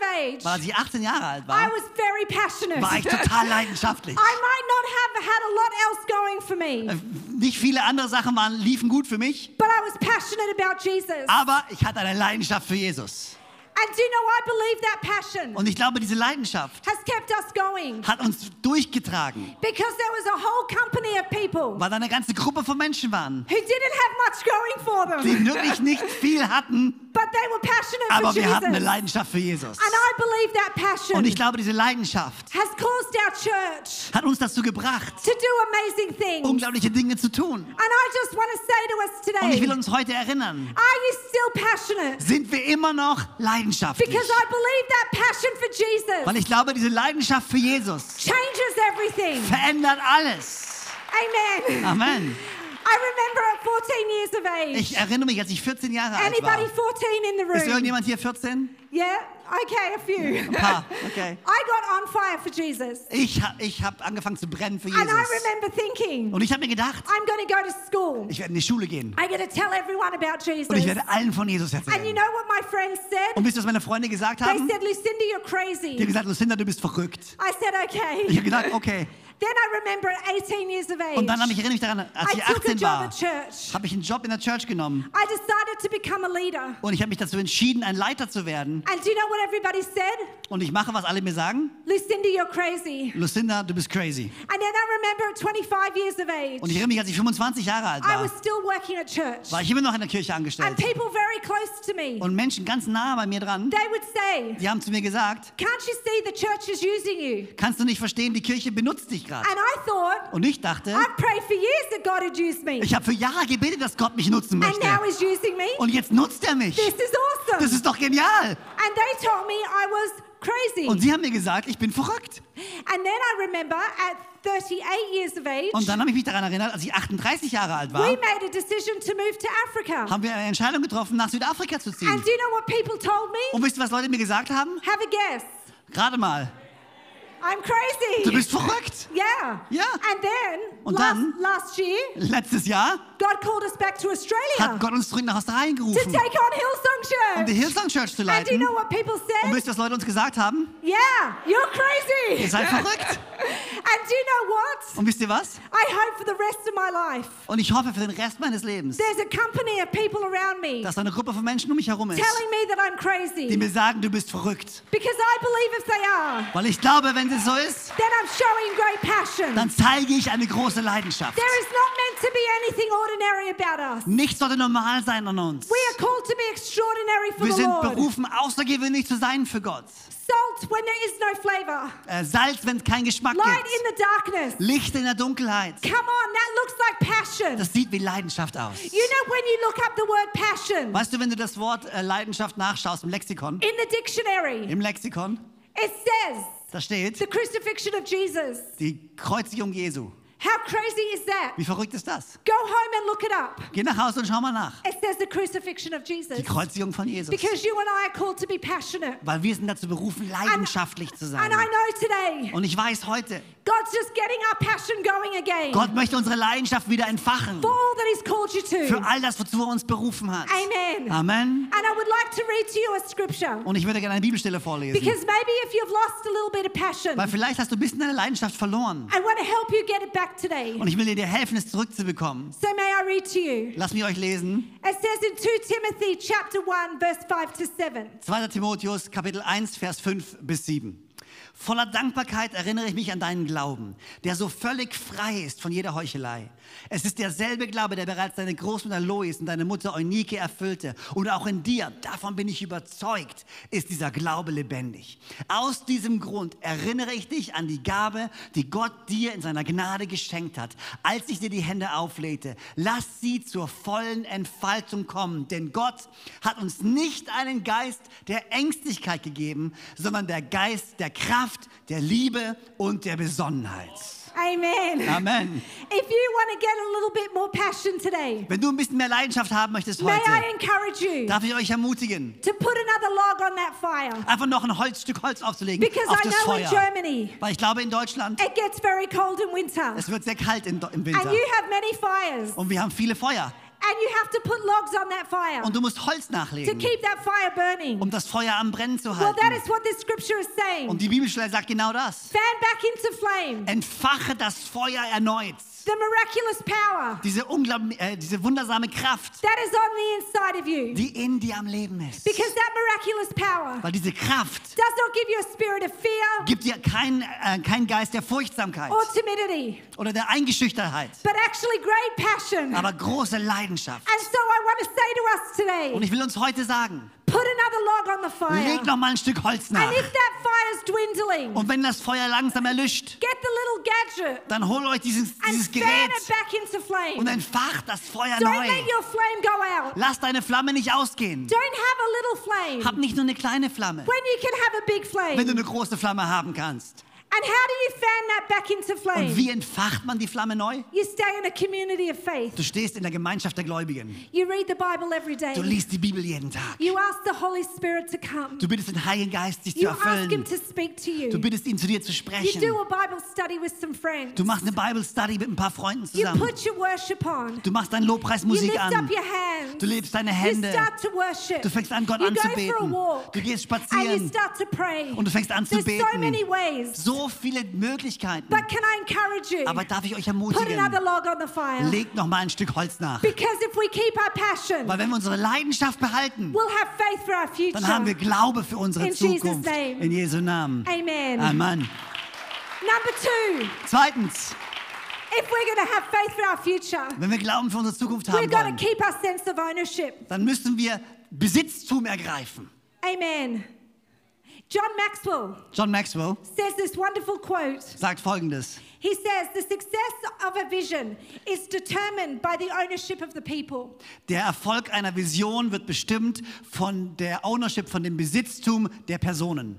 [SPEAKER 2] Weil
[SPEAKER 1] of
[SPEAKER 2] als
[SPEAKER 1] age,
[SPEAKER 2] ich 18 Jahre alt
[SPEAKER 1] I
[SPEAKER 2] war,
[SPEAKER 1] was very passionate.
[SPEAKER 2] war ich total leidenschaftlich.
[SPEAKER 1] *laughs* I might not have had a lot else going for me,
[SPEAKER 2] Äh, Nicht viele andere Sachen waren, liefen gut für mich,
[SPEAKER 1] but I was passionate about Jesus.
[SPEAKER 2] aber ich hatte eine Leidenschaft für Jesus.
[SPEAKER 1] And do you know, I believe that passion
[SPEAKER 2] Und ich glaube, diese Leidenschaft
[SPEAKER 1] has kept us going
[SPEAKER 2] hat uns durchgetragen,
[SPEAKER 1] because there was a whole company of people
[SPEAKER 2] weil da eine ganze Gruppe von Menschen waren,
[SPEAKER 1] who didn't have much going for
[SPEAKER 2] die
[SPEAKER 1] them,
[SPEAKER 2] wirklich nicht viel hatten,
[SPEAKER 1] but they were passionate
[SPEAKER 2] aber
[SPEAKER 1] for
[SPEAKER 2] wir hatten eine
[SPEAKER 1] Jesus.
[SPEAKER 2] Leidenschaft für Jesus.
[SPEAKER 1] And I believe that passion
[SPEAKER 2] Und ich glaube, diese Leidenschaft
[SPEAKER 1] has caused our church
[SPEAKER 2] hat uns dazu gebracht,
[SPEAKER 1] to do amazing things. And
[SPEAKER 2] unglaubliche Dinge zu tun.
[SPEAKER 1] I just want to say to us
[SPEAKER 2] Und ich will
[SPEAKER 1] today
[SPEAKER 2] uns heute erinnern,
[SPEAKER 1] are you still passionate?
[SPEAKER 2] sind wir immer noch leidenschaftlich.
[SPEAKER 1] Because I believe that passion for
[SPEAKER 2] Weil
[SPEAKER 1] Jesus
[SPEAKER 2] ich glaube, diese Leidenschaft für Jesus
[SPEAKER 1] changes everything.
[SPEAKER 2] verändert alles.
[SPEAKER 1] Amen.
[SPEAKER 2] Amen.
[SPEAKER 1] I remember at 14 years
[SPEAKER 2] Ich
[SPEAKER 1] of age.
[SPEAKER 2] erinnere mich, als ich 14 Jahre alt war.
[SPEAKER 1] Anybody 14 in the
[SPEAKER 2] Ist
[SPEAKER 1] room?
[SPEAKER 2] irgendjemand hier 14?
[SPEAKER 1] Yeah? Okay, a few. *laughs*
[SPEAKER 2] Ah, okay.
[SPEAKER 1] I got on fire for Jesus.
[SPEAKER 2] Ich, ha- ich habe angefangen zu brennen für
[SPEAKER 1] And I
[SPEAKER 2] Jesus.
[SPEAKER 1] remember thinking,
[SPEAKER 2] Und ich habe mir gedacht,
[SPEAKER 1] I'm going to go to school.
[SPEAKER 2] ich werde in die Schule gehen.
[SPEAKER 1] I'm going to tell everyone about Jesus.
[SPEAKER 2] Und ich werde allen von Jesus
[SPEAKER 1] And you
[SPEAKER 2] erzählen.
[SPEAKER 1] know what my friends said?
[SPEAKER 2] Und wisst ihr, was meine Freunde gesagt
[SPEAKER 1] They
[SPEAKER 2] haben?
[SPEAKER 1] said, Lucinda, you're
[SPEAKER 2] Die haben
[SPEAKER 1] crazy.
[SPEAKER 2] gesagt, Lucinda, du bist verrückt.
[SPEAKER 1] I said,
[SPEAKER 2] Ich
[SPEAKER 1] okay.
[SPEAKER 2] habe gesagt, okay.
[SPEAKER 1] Then I remember at 18 years of age.
[SPEAKER 2] Und dann habe ich erinnere mich daran, als
[SPEAKER 1] I
[SPEAKER 2] ich
[SPEAKER 1] took a
[SPEAKER 2] 18
[SPEAKER 1] job
[SPEAKER 2] war,
[SPEAKER 1] at church.
[SPEAKER 2] habe ich einen Job in der Church genommen
[SPEAKER 1] I decided to become a leader.
[SPEAKER 2] und ich habe mich dazu entschieden, ein Leiter zu werden.
[SPEAKER 1] And do you know what everybody said?
[SPEAKER 2] Und ich mache, was alle mir sagen.
[SPEAKER 1] Lucinda, you're crazy.
[SPEAKER 2] Lucinda, du bist crazy.
[SPEAKER 1] And then I remember at 25 years of age,
[SPEAKER 2] Und ich erinnere mich, als ich 25 Jahre alt
[SPEAKER 1] I was
[SPEAKER 2] war,
[SPEAKER 1] still working at church.
[SPEAKER 2] war ich immer noch in der Kirche
[SPEAKER 1] And
[SPEAKER 2] angestellt.
[SPEAKER 1] people very close to me,
[SPEAKER 2] Und Menschen ganz nah bei mir dran,
[SPEAKER 1] they would say,
[SPEAKER 2] die haben zu mir gesagt,
[SPEAKER 1] Can't you see the church is using you?
[SPEAKER 2] kannst du nicht verstehen, die Kirche benutzt dich gerade.
[SPEAKER 1] And I thought,
[SPEAKER 2] Und ich dachte,
[SPEAKER 1] I've prayed for years that God had used me.
[SPEAKER 2] ich habe für Jahre gebetet, dass Gott mich nutzen
[SPEAKER 1] And
[SPEAKER 2] möchte.
[SPEAKER 1] now He's using me.
[SPEAKER 2] Und jetzt nutzt er mich.
[SPEAKER 1] This is
[SPEAKER 2] Das
[SPEAKER 1] awesome.
[SPEAKER 2] ist doch genial.
[SPEAKER 1] And they told me I was crazy.
[SPEAKER 2] Und sie haben mir gesagt, ich bin verrückt.
[SPEAKER 1] And then I remember at 38 years of age,
[SPEAKER 2] Und dann habe ich mich daran erinnert, als ich 38 Jahre alt war,
[SPEAKER 1] we made a decision to move to Africa.
[SPEAKER 2] haben wir eine Entscheidung getroffen, nach Südafrika zu
[SPEAKER 1] And
[SPEAKER 2] ziehen.
[SPEAKER 1] do you know what people told me?
[SPEAKER 2] Und wisst ihr, was Leute mir gesagt haben?
[SPEAKER 1] Have a guess.
[SPEAKER 2] Gerade mal,
[SPEAKER 1] I'm
[SPEAKER 2] du
[SPEAKER 1] crazy.
[SPEAKER 2] bist verrückt.
[SPEAKER 1] Yeah.
[SPEAKER 2] Yeah.
[SPEAKER 1] And then,
[SPEAKER 2] Und
[SPEAKER 1] last,
[SPEAKER 2] dann-
[SPEAKER 1] last year,
[SPEAKER 2] Letztes Jahr
[SPEAKER 1] God called us back to
[SPEAKER 2] hat
[SPEAKER 1] Australia
[SPEAKER 2] Gott uns zurück nach Australien
[SPEAKER 1] to
[SPEAKER 2] gerufen,
[SPEAKER 1] take on Hillsong
[SPEAKER 2] um die
[SPEAKER 1] Church.
[SPEAKER 2] Hillsong Church zu
[SPEAKER 1] And do you
[SPEAKER 2] leiten.
[SPEAKER 1] know what people
[SPEAKER 2] Und
[SPEAKER 1] said?
[SPEAKER 2] wisst ihr, was Leute uns gesagt haben?
[SPEAKER 1] Yeah, you're crazy.
[SPEAKER 2] Ihr
[SPEAKER 1] *laughs*
[SPEAKER 2] seid verrückt.
[SPEAKER 1] And do you know what?
[SPEAKER 2] Und wisst ihr was?
[SPEAKER 1] I hope for the rest of my life.
[SPEAKER 2] Und ich hoffe für den Rest meines Lebens,
[SPEAKER 1] There's a company of people around me
[SPEAKER 2] dass da eine Gruppe von Menschen um mich herum ist,
[SPEAKER 1] telling me that I'm crazy.
[SPEAKER 2] die mir sagen, du bist verrückt.
[SPEAKER 1] Because I believe if they are,
[SPEAKER 2] Weil ich glaube, wenn es so ist,
[SPEAKER 1] then I'm showing great passion.
[SPEAKER 2] dann zeige ich eine große Leidenschaft.
[SPEAKER 1] There is not meant to be anything ordinary about us.
[SPEAKER 2] Nichts sollte normal sein an uns.
[SPEAKER 1] We are called to be extraordinary for
[SPEAKER 2] Wir
[SPEAKER 1] the
[SPEAKER 2] sind
[SPEAKER 1] Lord.
[SPEAKER 2] berufen, außergewöhnlich zu sein für Gott.
[SPEAKER 1] Salt when there is no flavor.
[SPEAKER 2] Äh, Salz, wenn es keinen Geschmack
[SPEAKER 1] Light
[SPEAKER 2] gibt.
[SPEAKER 1] in the darkness.
[SPEAKER 2] Licht in der Dunkelheit.
[SPEAKER 1] Come on, that looks like passion.
[SPEAKER 2] Das sieht wie Leidenschaft aus.
[SPEAKER 1] You know when you look up the word passion
[SPEAKER 2] Weißt du, wenn du das Wort äh, Leidenschaft nachschaust im Lexikon,
[SPEAKER 1] in the dictionary,
[SPEAKER 2] im Lexikon,
[SPEAKER 1] it says
[SPEAKER 2] da steht
[SPEAKER 1] the crucifixion of Jesus.
[SPEAKER 2] die Kreuzigung Jesu.
[SPEAKER 1] How crazy is that?
[SPEAKER 2] Wie verrückt ist das?
[SPEAKER 1] Go home and look it up.
[SPEAKER 2] Geh nach Hause und schau mal nach.
[SPEAKER 1] It says the crucifixion of
[SPEAKER 2] Die
[SPEAKER 1] Jesus.
[SPEAKER 2] Kreuzigung von Jesus.
[SPEAKER 1] Because you and I are called to be passionate.
[SPEAKER 2] Weil wir sind dazu berufen, leidenschaftlich zu sein.
[SPEAKER 1] And I know today,
[SPEAKER 2] Und ich weiß heute,
[SPEAKER 1] God's just getting our passion going again.
[SPEAKER 2] Gott möchte unsere Leidenschaft wieder entfachen.
[SPEAKER 1] For all that He's called you to.
[SPEAKER 2] Für all das, wozu er uns berufen hat.
[SPEAKER 1] Amen.
[SPEAKER 2] Amen.
[SPEAKER 1] And I would like to read to you a scripture.
[SPEAKER 2] Und ich würde gerne eine Bibelstelle vorlesen.
[SPEAKER 1] Because maybe if you've lost a little bit of passion,
[SPEAKER 2] Weil vielleicht hast du ein bisschen deine Leidenschaft verloren.
[SPEAKER 1] I want to help you get it back today.
[SPEAKER 2] Und ich will dir helfen, es zurückzubekommen.
[SPEAKER 1] So may I read to you?
[SPEAKER 2] Lass mich euch lesen.
[SPEAKER 1] It says in 2 Timothy chapter 1 verse 5 to 7.
[SPEAKER 2] 2. Timotheus, Kapitel 1, Vers 5 bis 7. Voller Dankbarkeit erinnere ich mich an deinen Glauben, der so völlig frei ist von jeder Heuchelei. Es ist derselbe Glaube, der bereits deine Großmutter Lois und deine Mutter Eunike erfüllte. Und auch in dir, davon bin ich überzeugt, ist dieser Glaube lebendig. Aus diesem Grund erinnere ich dich an die Gabe, die Gott dir in seiner Gnade geschenkt hat, als ich dir die Hände auflegte. Lass sie zur vollen Entfaltung kommen, denn Gott hat uns nicht einen Geist der Ängstlichkeit gegeben, sondern der Geist der Kraft, der Liebe und der Besonnenheit.
[SPEAKER 1] Amen.
[SPEAKER 2] Amen.
[SPEAKER 1] If you want to get a little bit more passion today,
[SPEAKER 2] Wenn du ein bisschen mehr Leidenschaft haben möchtest
[SPEAKER 1] may I
[SPEAKER 2] heute,
[SPEAKER 1] encourage you
[SPEAKER 2] darf ich euch ermutigen,
[SPEAKER 1] to put another log on that fire.
[SPEAKER 2] einfach noch ein Holzstück Holz aufzulegen
[SPEAKER 1] Because
[SPEAKER 2] auf
[SPEAKER 1] I
[SPEAKER 2] das
[SPEAKER 1] know in
[SPEAKER 2] Feuer.
[SPEAKER 1] Germany,
[SPEAKER 2] Weil ich glaube, in Deutschland,
[SPEAKER 1] it gets very cold in winter.
[SPEAKER 2] es wird sehr kalt in, im Winter.
[SPEAKER 1] And you have many fires.
[SPEAKER 2] Und wir haben viele Feuer.
[SPEAKER 1] And you have to put logs on that fire
[SPEAKER 2] Und du musst Holz
[SPEAKER 1] to
[SPEAKER 2] nachlegen,
[SPEAKER 1] keep that fire burning.
[SPEAKER 2] um das Feuer am Brennen zu
[SPEAKER 1] Well, that
[SPEAKER 2] halten.
[SPEAKER 1] is what this scripture is saying.
[SPEAKER 2] Und die Bibelstelle sagt genau das.
[SPEAKER 1] Fan back into flame
[SPEAKER 2] Entfache das Feuer erneut.
[SPEAKER 1] the miraculous power
[SPEAKER 2] Diese, unglaub- äh, diese wundersame Kraft,
[SPEAKER 1] that is on the inside of you.
[SPEAKER 2] die in dir am Leben ist.
[SPEAKER 1] Because that miraculous power
[SPEAKER 2] Weil diese Kraft
[SPEAKER 1] does not give you a spirit of fear
[SPEAKER 2] gibt dir keinen äh, kein Geist der Furchtsamkeit
[SPEAKER 1] or timidity,
[SPEAKER 2] oder der Eingeschüchtertheit,
[SPEAKER 1] but actually great passion.
[SPEAKER 2] aber große Leidenschaft.
[SPEAKER 1] And so I want to say to us
[SPEAKER 2] Und
[SPEAKER 1] today,
[SPEAKER 2] ich will uns heute sagen,
[SPEAKER 1] put another log on the fire.
[SPEAKER 2] leg noch mal ein Stück Holz nach.
[SPEAKER 1] And if that fire's dwindling,
[SPEAKER 2] Und wenn das Feuer langsam erlischt,
[SPEAKER 1] get the little gadget
[SPEAKER 2] dann holt euch dieses,
[SPEAKER 1] and
[SPEAKER 2] dieses
[SPEAKER 1] fan
[SPEAKER 2] Gerät
[SPEAKER 1] it back into flame.
[SPEAKER 2] und entfacht das Feuer
[SPEAKER 1] Don't
[SPEAKER 2] neu.
[SPEAKER 1] let your flame go out.
[SPEAKER 2] Lass deine Flamme nicht ausgehen.
[SPEAKER 1] Don't have a little flame
[SPEAKER 2] Hab nicht nur eine kleine Flamme,
[SPEAKER 1] when you can have a big flame.
[SPEAKER 2] wenn du eine große Flamme haben kannst.
[SPEAKER 1] And how do you fan that back into
[SPEAKER 2] Und wie
[SPEAKER 1] flame?
[SPEAKER 2] entfacht man die Flamme neu?
[SPEAKER 1] You stay in a community of faith.
[SPEAKER 2] Du stehst in der Gemeinschaft der Gläubigen.
[SPEAKER 1] You read the Bible every
[SPEAKER 2] Du
[SPEAKER 1] day.
[SPEAKER 2] liest die Bibel jeden Tag.
[SPEAKER 1] You ask the Holy Spirit to come.
[SPEAKER 2] Du bittest den Heiligen Geist, dich zu
[SPEAKER 1] You ask Him
[SPEAKER 2] erfüllen.
[SPEAKER 1] to speak to
[SPEAKER 2] Du
[SPEAKER 1] you.
[SPEAKER 2] bittest ihn, zu dir zu
[SPEAKER 1] You
[SPEAKER 2] sprechen.
[SPEAKER 1] do a Bible study with some friends.
[SPEAKER 2] Du machst eine Bible Study mit ein paar Freunden
[SPEAKER 1] You
[SPEAKER 2] zusammen.
[SPEAKER 1] put your worship on.
[SPEAKER 2] Du machst deinen
[SPEAKER 1] You
[SPEAKER 2] Lobpreismusik
[SPEAKER 1] lift up
[SPEAKER 2] an.
[SPEAKER 1] your hands.
[SPEAKER 2] Du lebst deine
[SPEAKER 1] You
[SPEAKER 2] Hände.
[SPEAKER 1] start to worship.
[SPEAKER 2] Du fängst an, Gott
[SPEAKER 1] you go for a
[SPEAKER 2] anzubeten.
[SPEAKER 1] walk.
[SPEAKER 2] Du gehst
[SPEAKER 1] And you
[SPEAKER 2] spazieren.
[SPEAKER 1] start to pray.
[SPEAKER 2] Und du fängst an zu
[SPEAKER 1] There's so
[SPEAKER 2] beten.
[SPEAKER 1] many ways
[SPEAKER 2] So so viele Möglichkeiten.
[SPEAKER 1] But can I encourage you?
[SPEAKER 2] Aber darf ich euch
[SPEAKER 1] Put
[SPEAKER 2] ermutigen,
[SPEAKER 1] another log on the fire.
[SPEAKER 2] legt noch mal ein Stück Holz nach.
[SPEAKER 1] Because if we keep our passion,
[SPEAKER 2] Weil wenn wir unsere Leidenschaft behalten,
[SPEAKER 1] we'll have faith for our future.
[SPEAKER 2] dann haben wir Glaube für unsere
[SPEAKER 1] In Jesus'
[SPEAKER 2] Zukunft.
[SPEAKER 1] name.
[SPEAKER 2] In Jesu Namen.
[SPEAKER 1] Amen.
[SPEAKER 2] Amen.
[SPEAKER 1] Number two,
[SPEAKER 2] Zweitens,
[SPEAKER 1] if we're going to have faith for our future,
[SPEAKER 2] wenn wir Glauben für unsere Zukunft
[SPEAKER 1] we're
[SPEAKER 2] haben
[SPEAKER 1] going
[SPEAKER 2] wollen,
[SPEAKER 1] to keep our sense of ownership.
[SPEAKER 2] dann müssen wir Besitztum ergreifen.
[SPEAKER 1] Amen. John Maxwell
[SPEAKER 2] John Maxwell
[SPEAKER 1] says this wonderful quote.
[SPEAKER 2] sagt folgendes.
[SPEAKER 1] He says, The success of a vision is determined by the ownership of the people.
[SPEAKER 2] Der Erfolg einer Vision wird bestimmt von der Ownership, von dem Besitztum der Personen.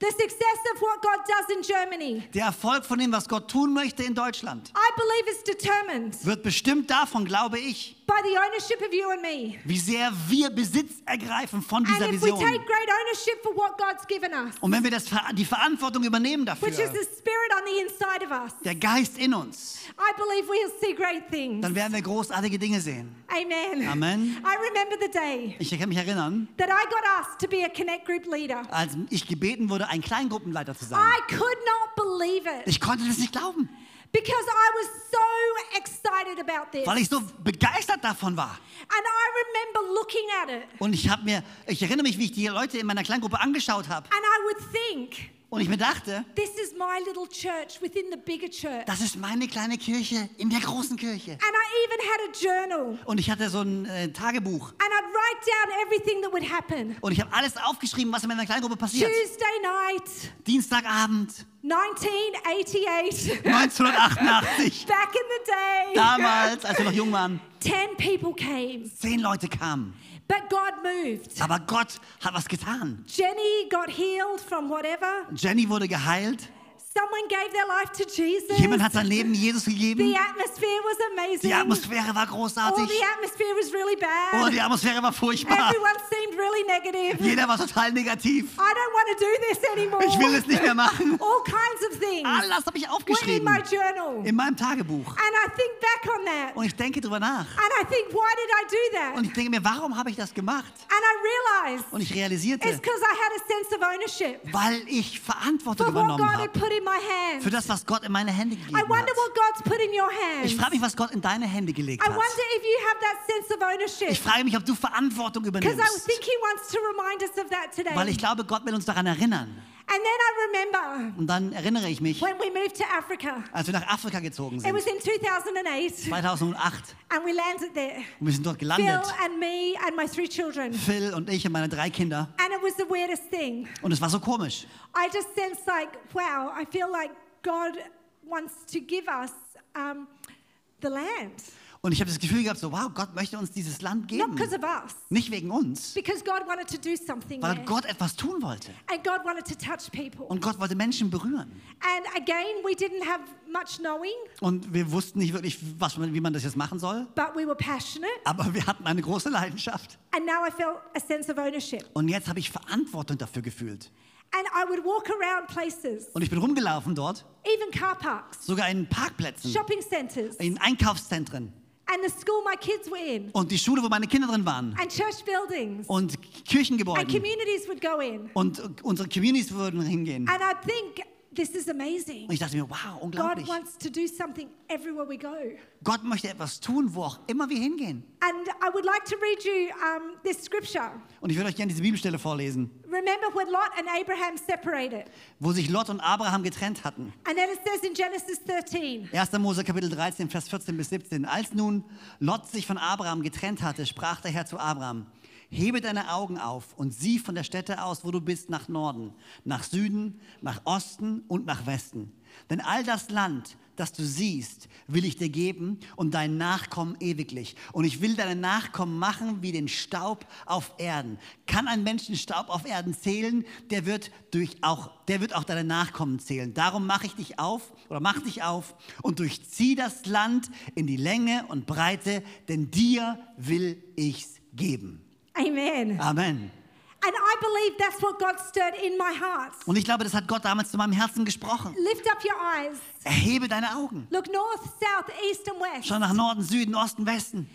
[SPEAKER 1] The success of what God does in Germany,
[SPEAKER 2] Der Erfolg von dem, was Gott tun möchte in Deutschland,
[SPEAKER 1] I believe, is determined
[SPEAKER 2] wird bestimmt davon, glaube ich,
[SPEAKER 1] by the ownership of you and me.
[SPEAKER 2] wie sehr wir Besitz ergreifen von dieser
[SPEAKER 1] And if we
[SPEAKER 2] Vision.
[SPEAKER 1] take great ownership for what God's given us,
[SPEAKER 2] Und wenn wir das, ver- die Verantwortung übernehmen dafür,
[SPEAKER 1] which is the spirit on the inside of us,
[SPEAKER 2] der Geist in uns,
[SPEAKER 1] I believe we'll see great things.
[SPEAKER 2] dann werden wir großartige Dinge sehen.
[SPEAKER 1] Amen.
[SPEAKER 2] Amen.
[SPEAKER 1] I remember the day
[SPEAKER 2] Ich kann mich erinnern,
[SPEAKER 1] that I got asked to be a Connect Group leader.
[SPEAKER 2] als ich gebeten wurde, ein Kleingruppenleiter zu sein.
[SPEAKER 1] I could not believe it
[SPEAKER 2] Ich konnte das nicht glauben,
[SPEAKER 1] because I was so excited about this.
[SPEAKER 2] weil ich so begeistert davon war.
[SPEAKER 1] And I remember looking at it
[SPEAKER 2] Und ich habe mir, ich erinnere mich, wie ich die Leute in meiner Kleingruppe angeschaut habe.
[SPEAKER 1] and I would think,
[SPEAKER 2] Und ich mir dachte,
[SPEAKER 1] this is my little church within the bigger church.
[SPEAKER 2] das ist meine kleine Kirche in der großen Kirche.
[SPEAKER 1] And I even had a journal and
[SPEAKER 2] Und ich hatte so ein äh, Tagebuch.
[SPEAKER 1] I'd write down everything that would happen.
[SPEAKER 2] Und ich habe alles aufgeschrieben, was in meiner Kleingruppe passiert.
[SPEAKER 1] Tuesday night,
[SPEAKER 2] Dienstagabend
[SPEAKER 1] 1988,
[SPEAKER 2] 1988.
[SPEAKER 1] *laughs* back in the day,
[SPEAKER 2] Damals, als wir noch jung waren,
[SPEAKER 1] 10 people came,
[SPEAKER 2] zehn Leute kamen.
[SPEAKER 1] but God moved.
[SPEAKER 2] Aber Gott hat was getan.
[SPEAKER 1] Jenny got healed from whatever.
[SPEAKER 2] Jenny wurde geheilt.
[SPEAKER 1] Someone gave their life to Jesus.
[SPEAKER 2] Jemand hat sein Leben Jesus
[SPEAKER 1] The
[SPEAKER 2] gegeben.
[SPEAKER 1] atmosphere was amazing.
[SPEAKER 2] Die Atmosphäre war
[SPEAKER 1] Or
[SPEAKER 2] großartig.
[SPEAKER 1] the atmosphere was really
[SPEAKER 2] Oh,
[SPEAKER 1] bad.
[SPEAKER 2] die Atmosphäre war furchtbar.
[SPEAKER 1] *laughs* Everyone seemed really negative.
[SPEAKER 2] Jeder war total negativ.
[SPEAKER 1] I don't want to do this anymore.
[SPEAKER 2] Ich will es nicht mehr machen.
[SPEAKER 1] All kinds of things
[SPEAKER 2] All das habe ich
[SPEAKER 1] were in
[SPEAKER 2] aufgeschrieben.
[SPEAKER 1] my journal.
[SPEAKER 2] In meinem Tagebuch.
[SPEAKER 1] And I think back on that.
[SPEAKER 2] Und ich denke drüber nach.
[SPEAKER 1] And I think, why did I do that?
[SPEAKER 2] Und ich denke mir, warum habe ich das gemacht?
[SPEAKER 1] And I realized
[SPEAKER 2] Und ich
[SPEAKER 1] it's
[SPEAKER 2] realisierte,
[SPEAKER 1] because I had a sense of ownership
[SPEAKER 2] weil ich Verantwortung
[SPEAKER 1] for what
[SPEAKER 2] übernommen
[SPEAKER 1] God had
[SPEAKER 2] habe
[SPEAKER 1] put in my
[SPEAKER 2] für
[SPEAKER 1] hands.
[SPEAKER 2] das, was Gott in meine Hände gegeben
[SPEAKER 1] I wonder
[SPEAKER 2] hat.
[SPEAKER 1] what God's put in your
[SPEAKER 2] Ich
[SPEAKER 1] hands.
[SPEAKER 2] frage mich, was Gott in deine Hände gelegt
[SPEAKER 1] I
[SPEAKER 2] hat.
[SPEAKER 1] wonder if you have that sense of
[SPEAKER 2] Ich
[SPEAKER 1] ownership.
[SPEAKER 2] frage mich, ob du Verantwortung
[SPEAKER 1] Because I
[SPEAKER 2] übernimmst,
[SPEAKER 1] think He wants to remind us of that today.
[SPEAKER 2] weil ich glaube, Gott will uns daran erinnern.
[SPEAKER 1] And then I remember
[SPEAKER 2] Und dann erinnere ich mich,
[SPEAKER 1] when we moved to Africa.
[SPEAKER 2] als wir nach Afrika gezogen
[SPEAKER 1] It
[SPEAKER 2] sind,
[SPEAKER 1] was in 2008,
[SPEAKER 2] 2008,
[SPEAKER 1] and we landed there.
[SPEAKER 2] und wir sind dort gelandet.
[SPEAKER 1] Bill and me and my three children.
[SPEAKER 2] Phil und ich und meine drei Kinder.
[SPEAKER 1] And it was the weirdest thing.
[SPEAKER 2] Und es war so komisch.
[SPEAKER 1] I just sensed like, wow, I feel like God wants to give us um, the land.
[SPEAKER 2] Und ich habe das Gefühl gehabt, so, wow, Gott möchte uns dieses Land
[SPEAKER 1] Not
[SPEAKER 2] geben.
[SPEAKER 1] because of us,
[SPEAKER 2] Nicht wegen uns,
[SPEAKER 1] because God wanted to do something
[SPEAKER 2] weil
[SPEAKER 1] there.
[SPEAKER 2] Gott etwas tun wollte.
[SPEAKER 1] And God wanted to touch people.
[SPEAKER 2] Und Gott wollte Menschen berühren.
[SPEAKER 1] And again, we didn't have much knowing,
[SPEAKER 2] Und wir wussten nicht wirklich, was, man- wie man das jetzt machen soll.
[SPEAKER 1] but we were passionate.
[SPEAKER 2] Aber wir hatten eine große Leidenschaft.
[SPEAKER 1] And now I felt a sense of ownership.
[SPEAKER 2] Und jetzt habe ich Verantwortung dafür gefühlt.
[SPEAKER 1] And I would walk around places,
[SPEAKER 2] Und ich bin rumgelaufen dort,
[SPEAKER 1] even car parks,
[SPEAKER 2] sogar in Parkplätzen,
[SPEAKER 1] shopping centres,
[SPEAKER 2] in Einkaufszentren
[SPEAKER 1] and the school my kids were in,
[SPEAKER 2] und die Schule, wo meine Kinder drin waren
[SPEAKER 1] and church buildings,
[SPEAKER 2] und
[SPEAKER 1] and
[SPEAKER 2] Kirchengebäuden.
[SPEAKER 1] communities would go in.
[SPEAKER 2] Und unsere Communities würden hingehen.
[SPEAKER 1] And I'd think, this is amazing.
[SPEAKER 2] Und ich dachte mir, wow,
[SPEAKER 1] God
[SPEAKER 2] unglaublich.
[SPEAKER 1] wants to do something everywhere we go.
[SPEAKER 2] Gott möchte etwas tun, wo auch immer wir hingehen.
[SPEAKER 1] And I would like to read you um, this scripture.
[SPEAKER 2] Und ich würde euch gerne diese Bibelstelle vorlesen,
[SPEAKER 1] Remember when Lot and Abraham separated?
[SPEAKER 2] wo sich Lot und Abraham getrennt hatten.
[SPEAKER 1] And then it says in Genesis 13,
[SPEAKER 2] 1. Mose Kapitel 13, Vers 14 bis 17. Als nun Lot sich von Abraham getrennt hatte, sprach der Herr zu Abraham, hebe deine Augen auf und sieh von der Stätte aus, wo du bist, nach Norden, nach Süden, nach Osten und nach Westen. Denn all das Land, das du siehst, will ich dir geben und deinen Nachkommen ewiglich. Und ich will deine Nachkommen machen wie den Staub auf Erden. Kann ein Mensch den Staub auf Erden zählen, der wird, durch auch, der wird auch deine Nachkommen zählen. Darum mache ich dich auf oder mach dich auf und durchzieh das Land in die Länge und Breite, denn dir will ich's geben.
[SPEAKER 1] Amen.
[SPEAKER 2] Amen.
[SPEAKER 1] And I believe that's what God stirred in my heart.
[SPEAKER 2] Und ich glaube, das hat Gott damals zu meinem Herzen gesprochen.
[SPEAKER 1] Lift up your eyes.
[SPEAKER 2] Erhebe deine Augen.
[SPEAKER 1] Look north, south, east, and west.
[SPEAKER 2] Schau nach Norden, Süden, Osten, Westen.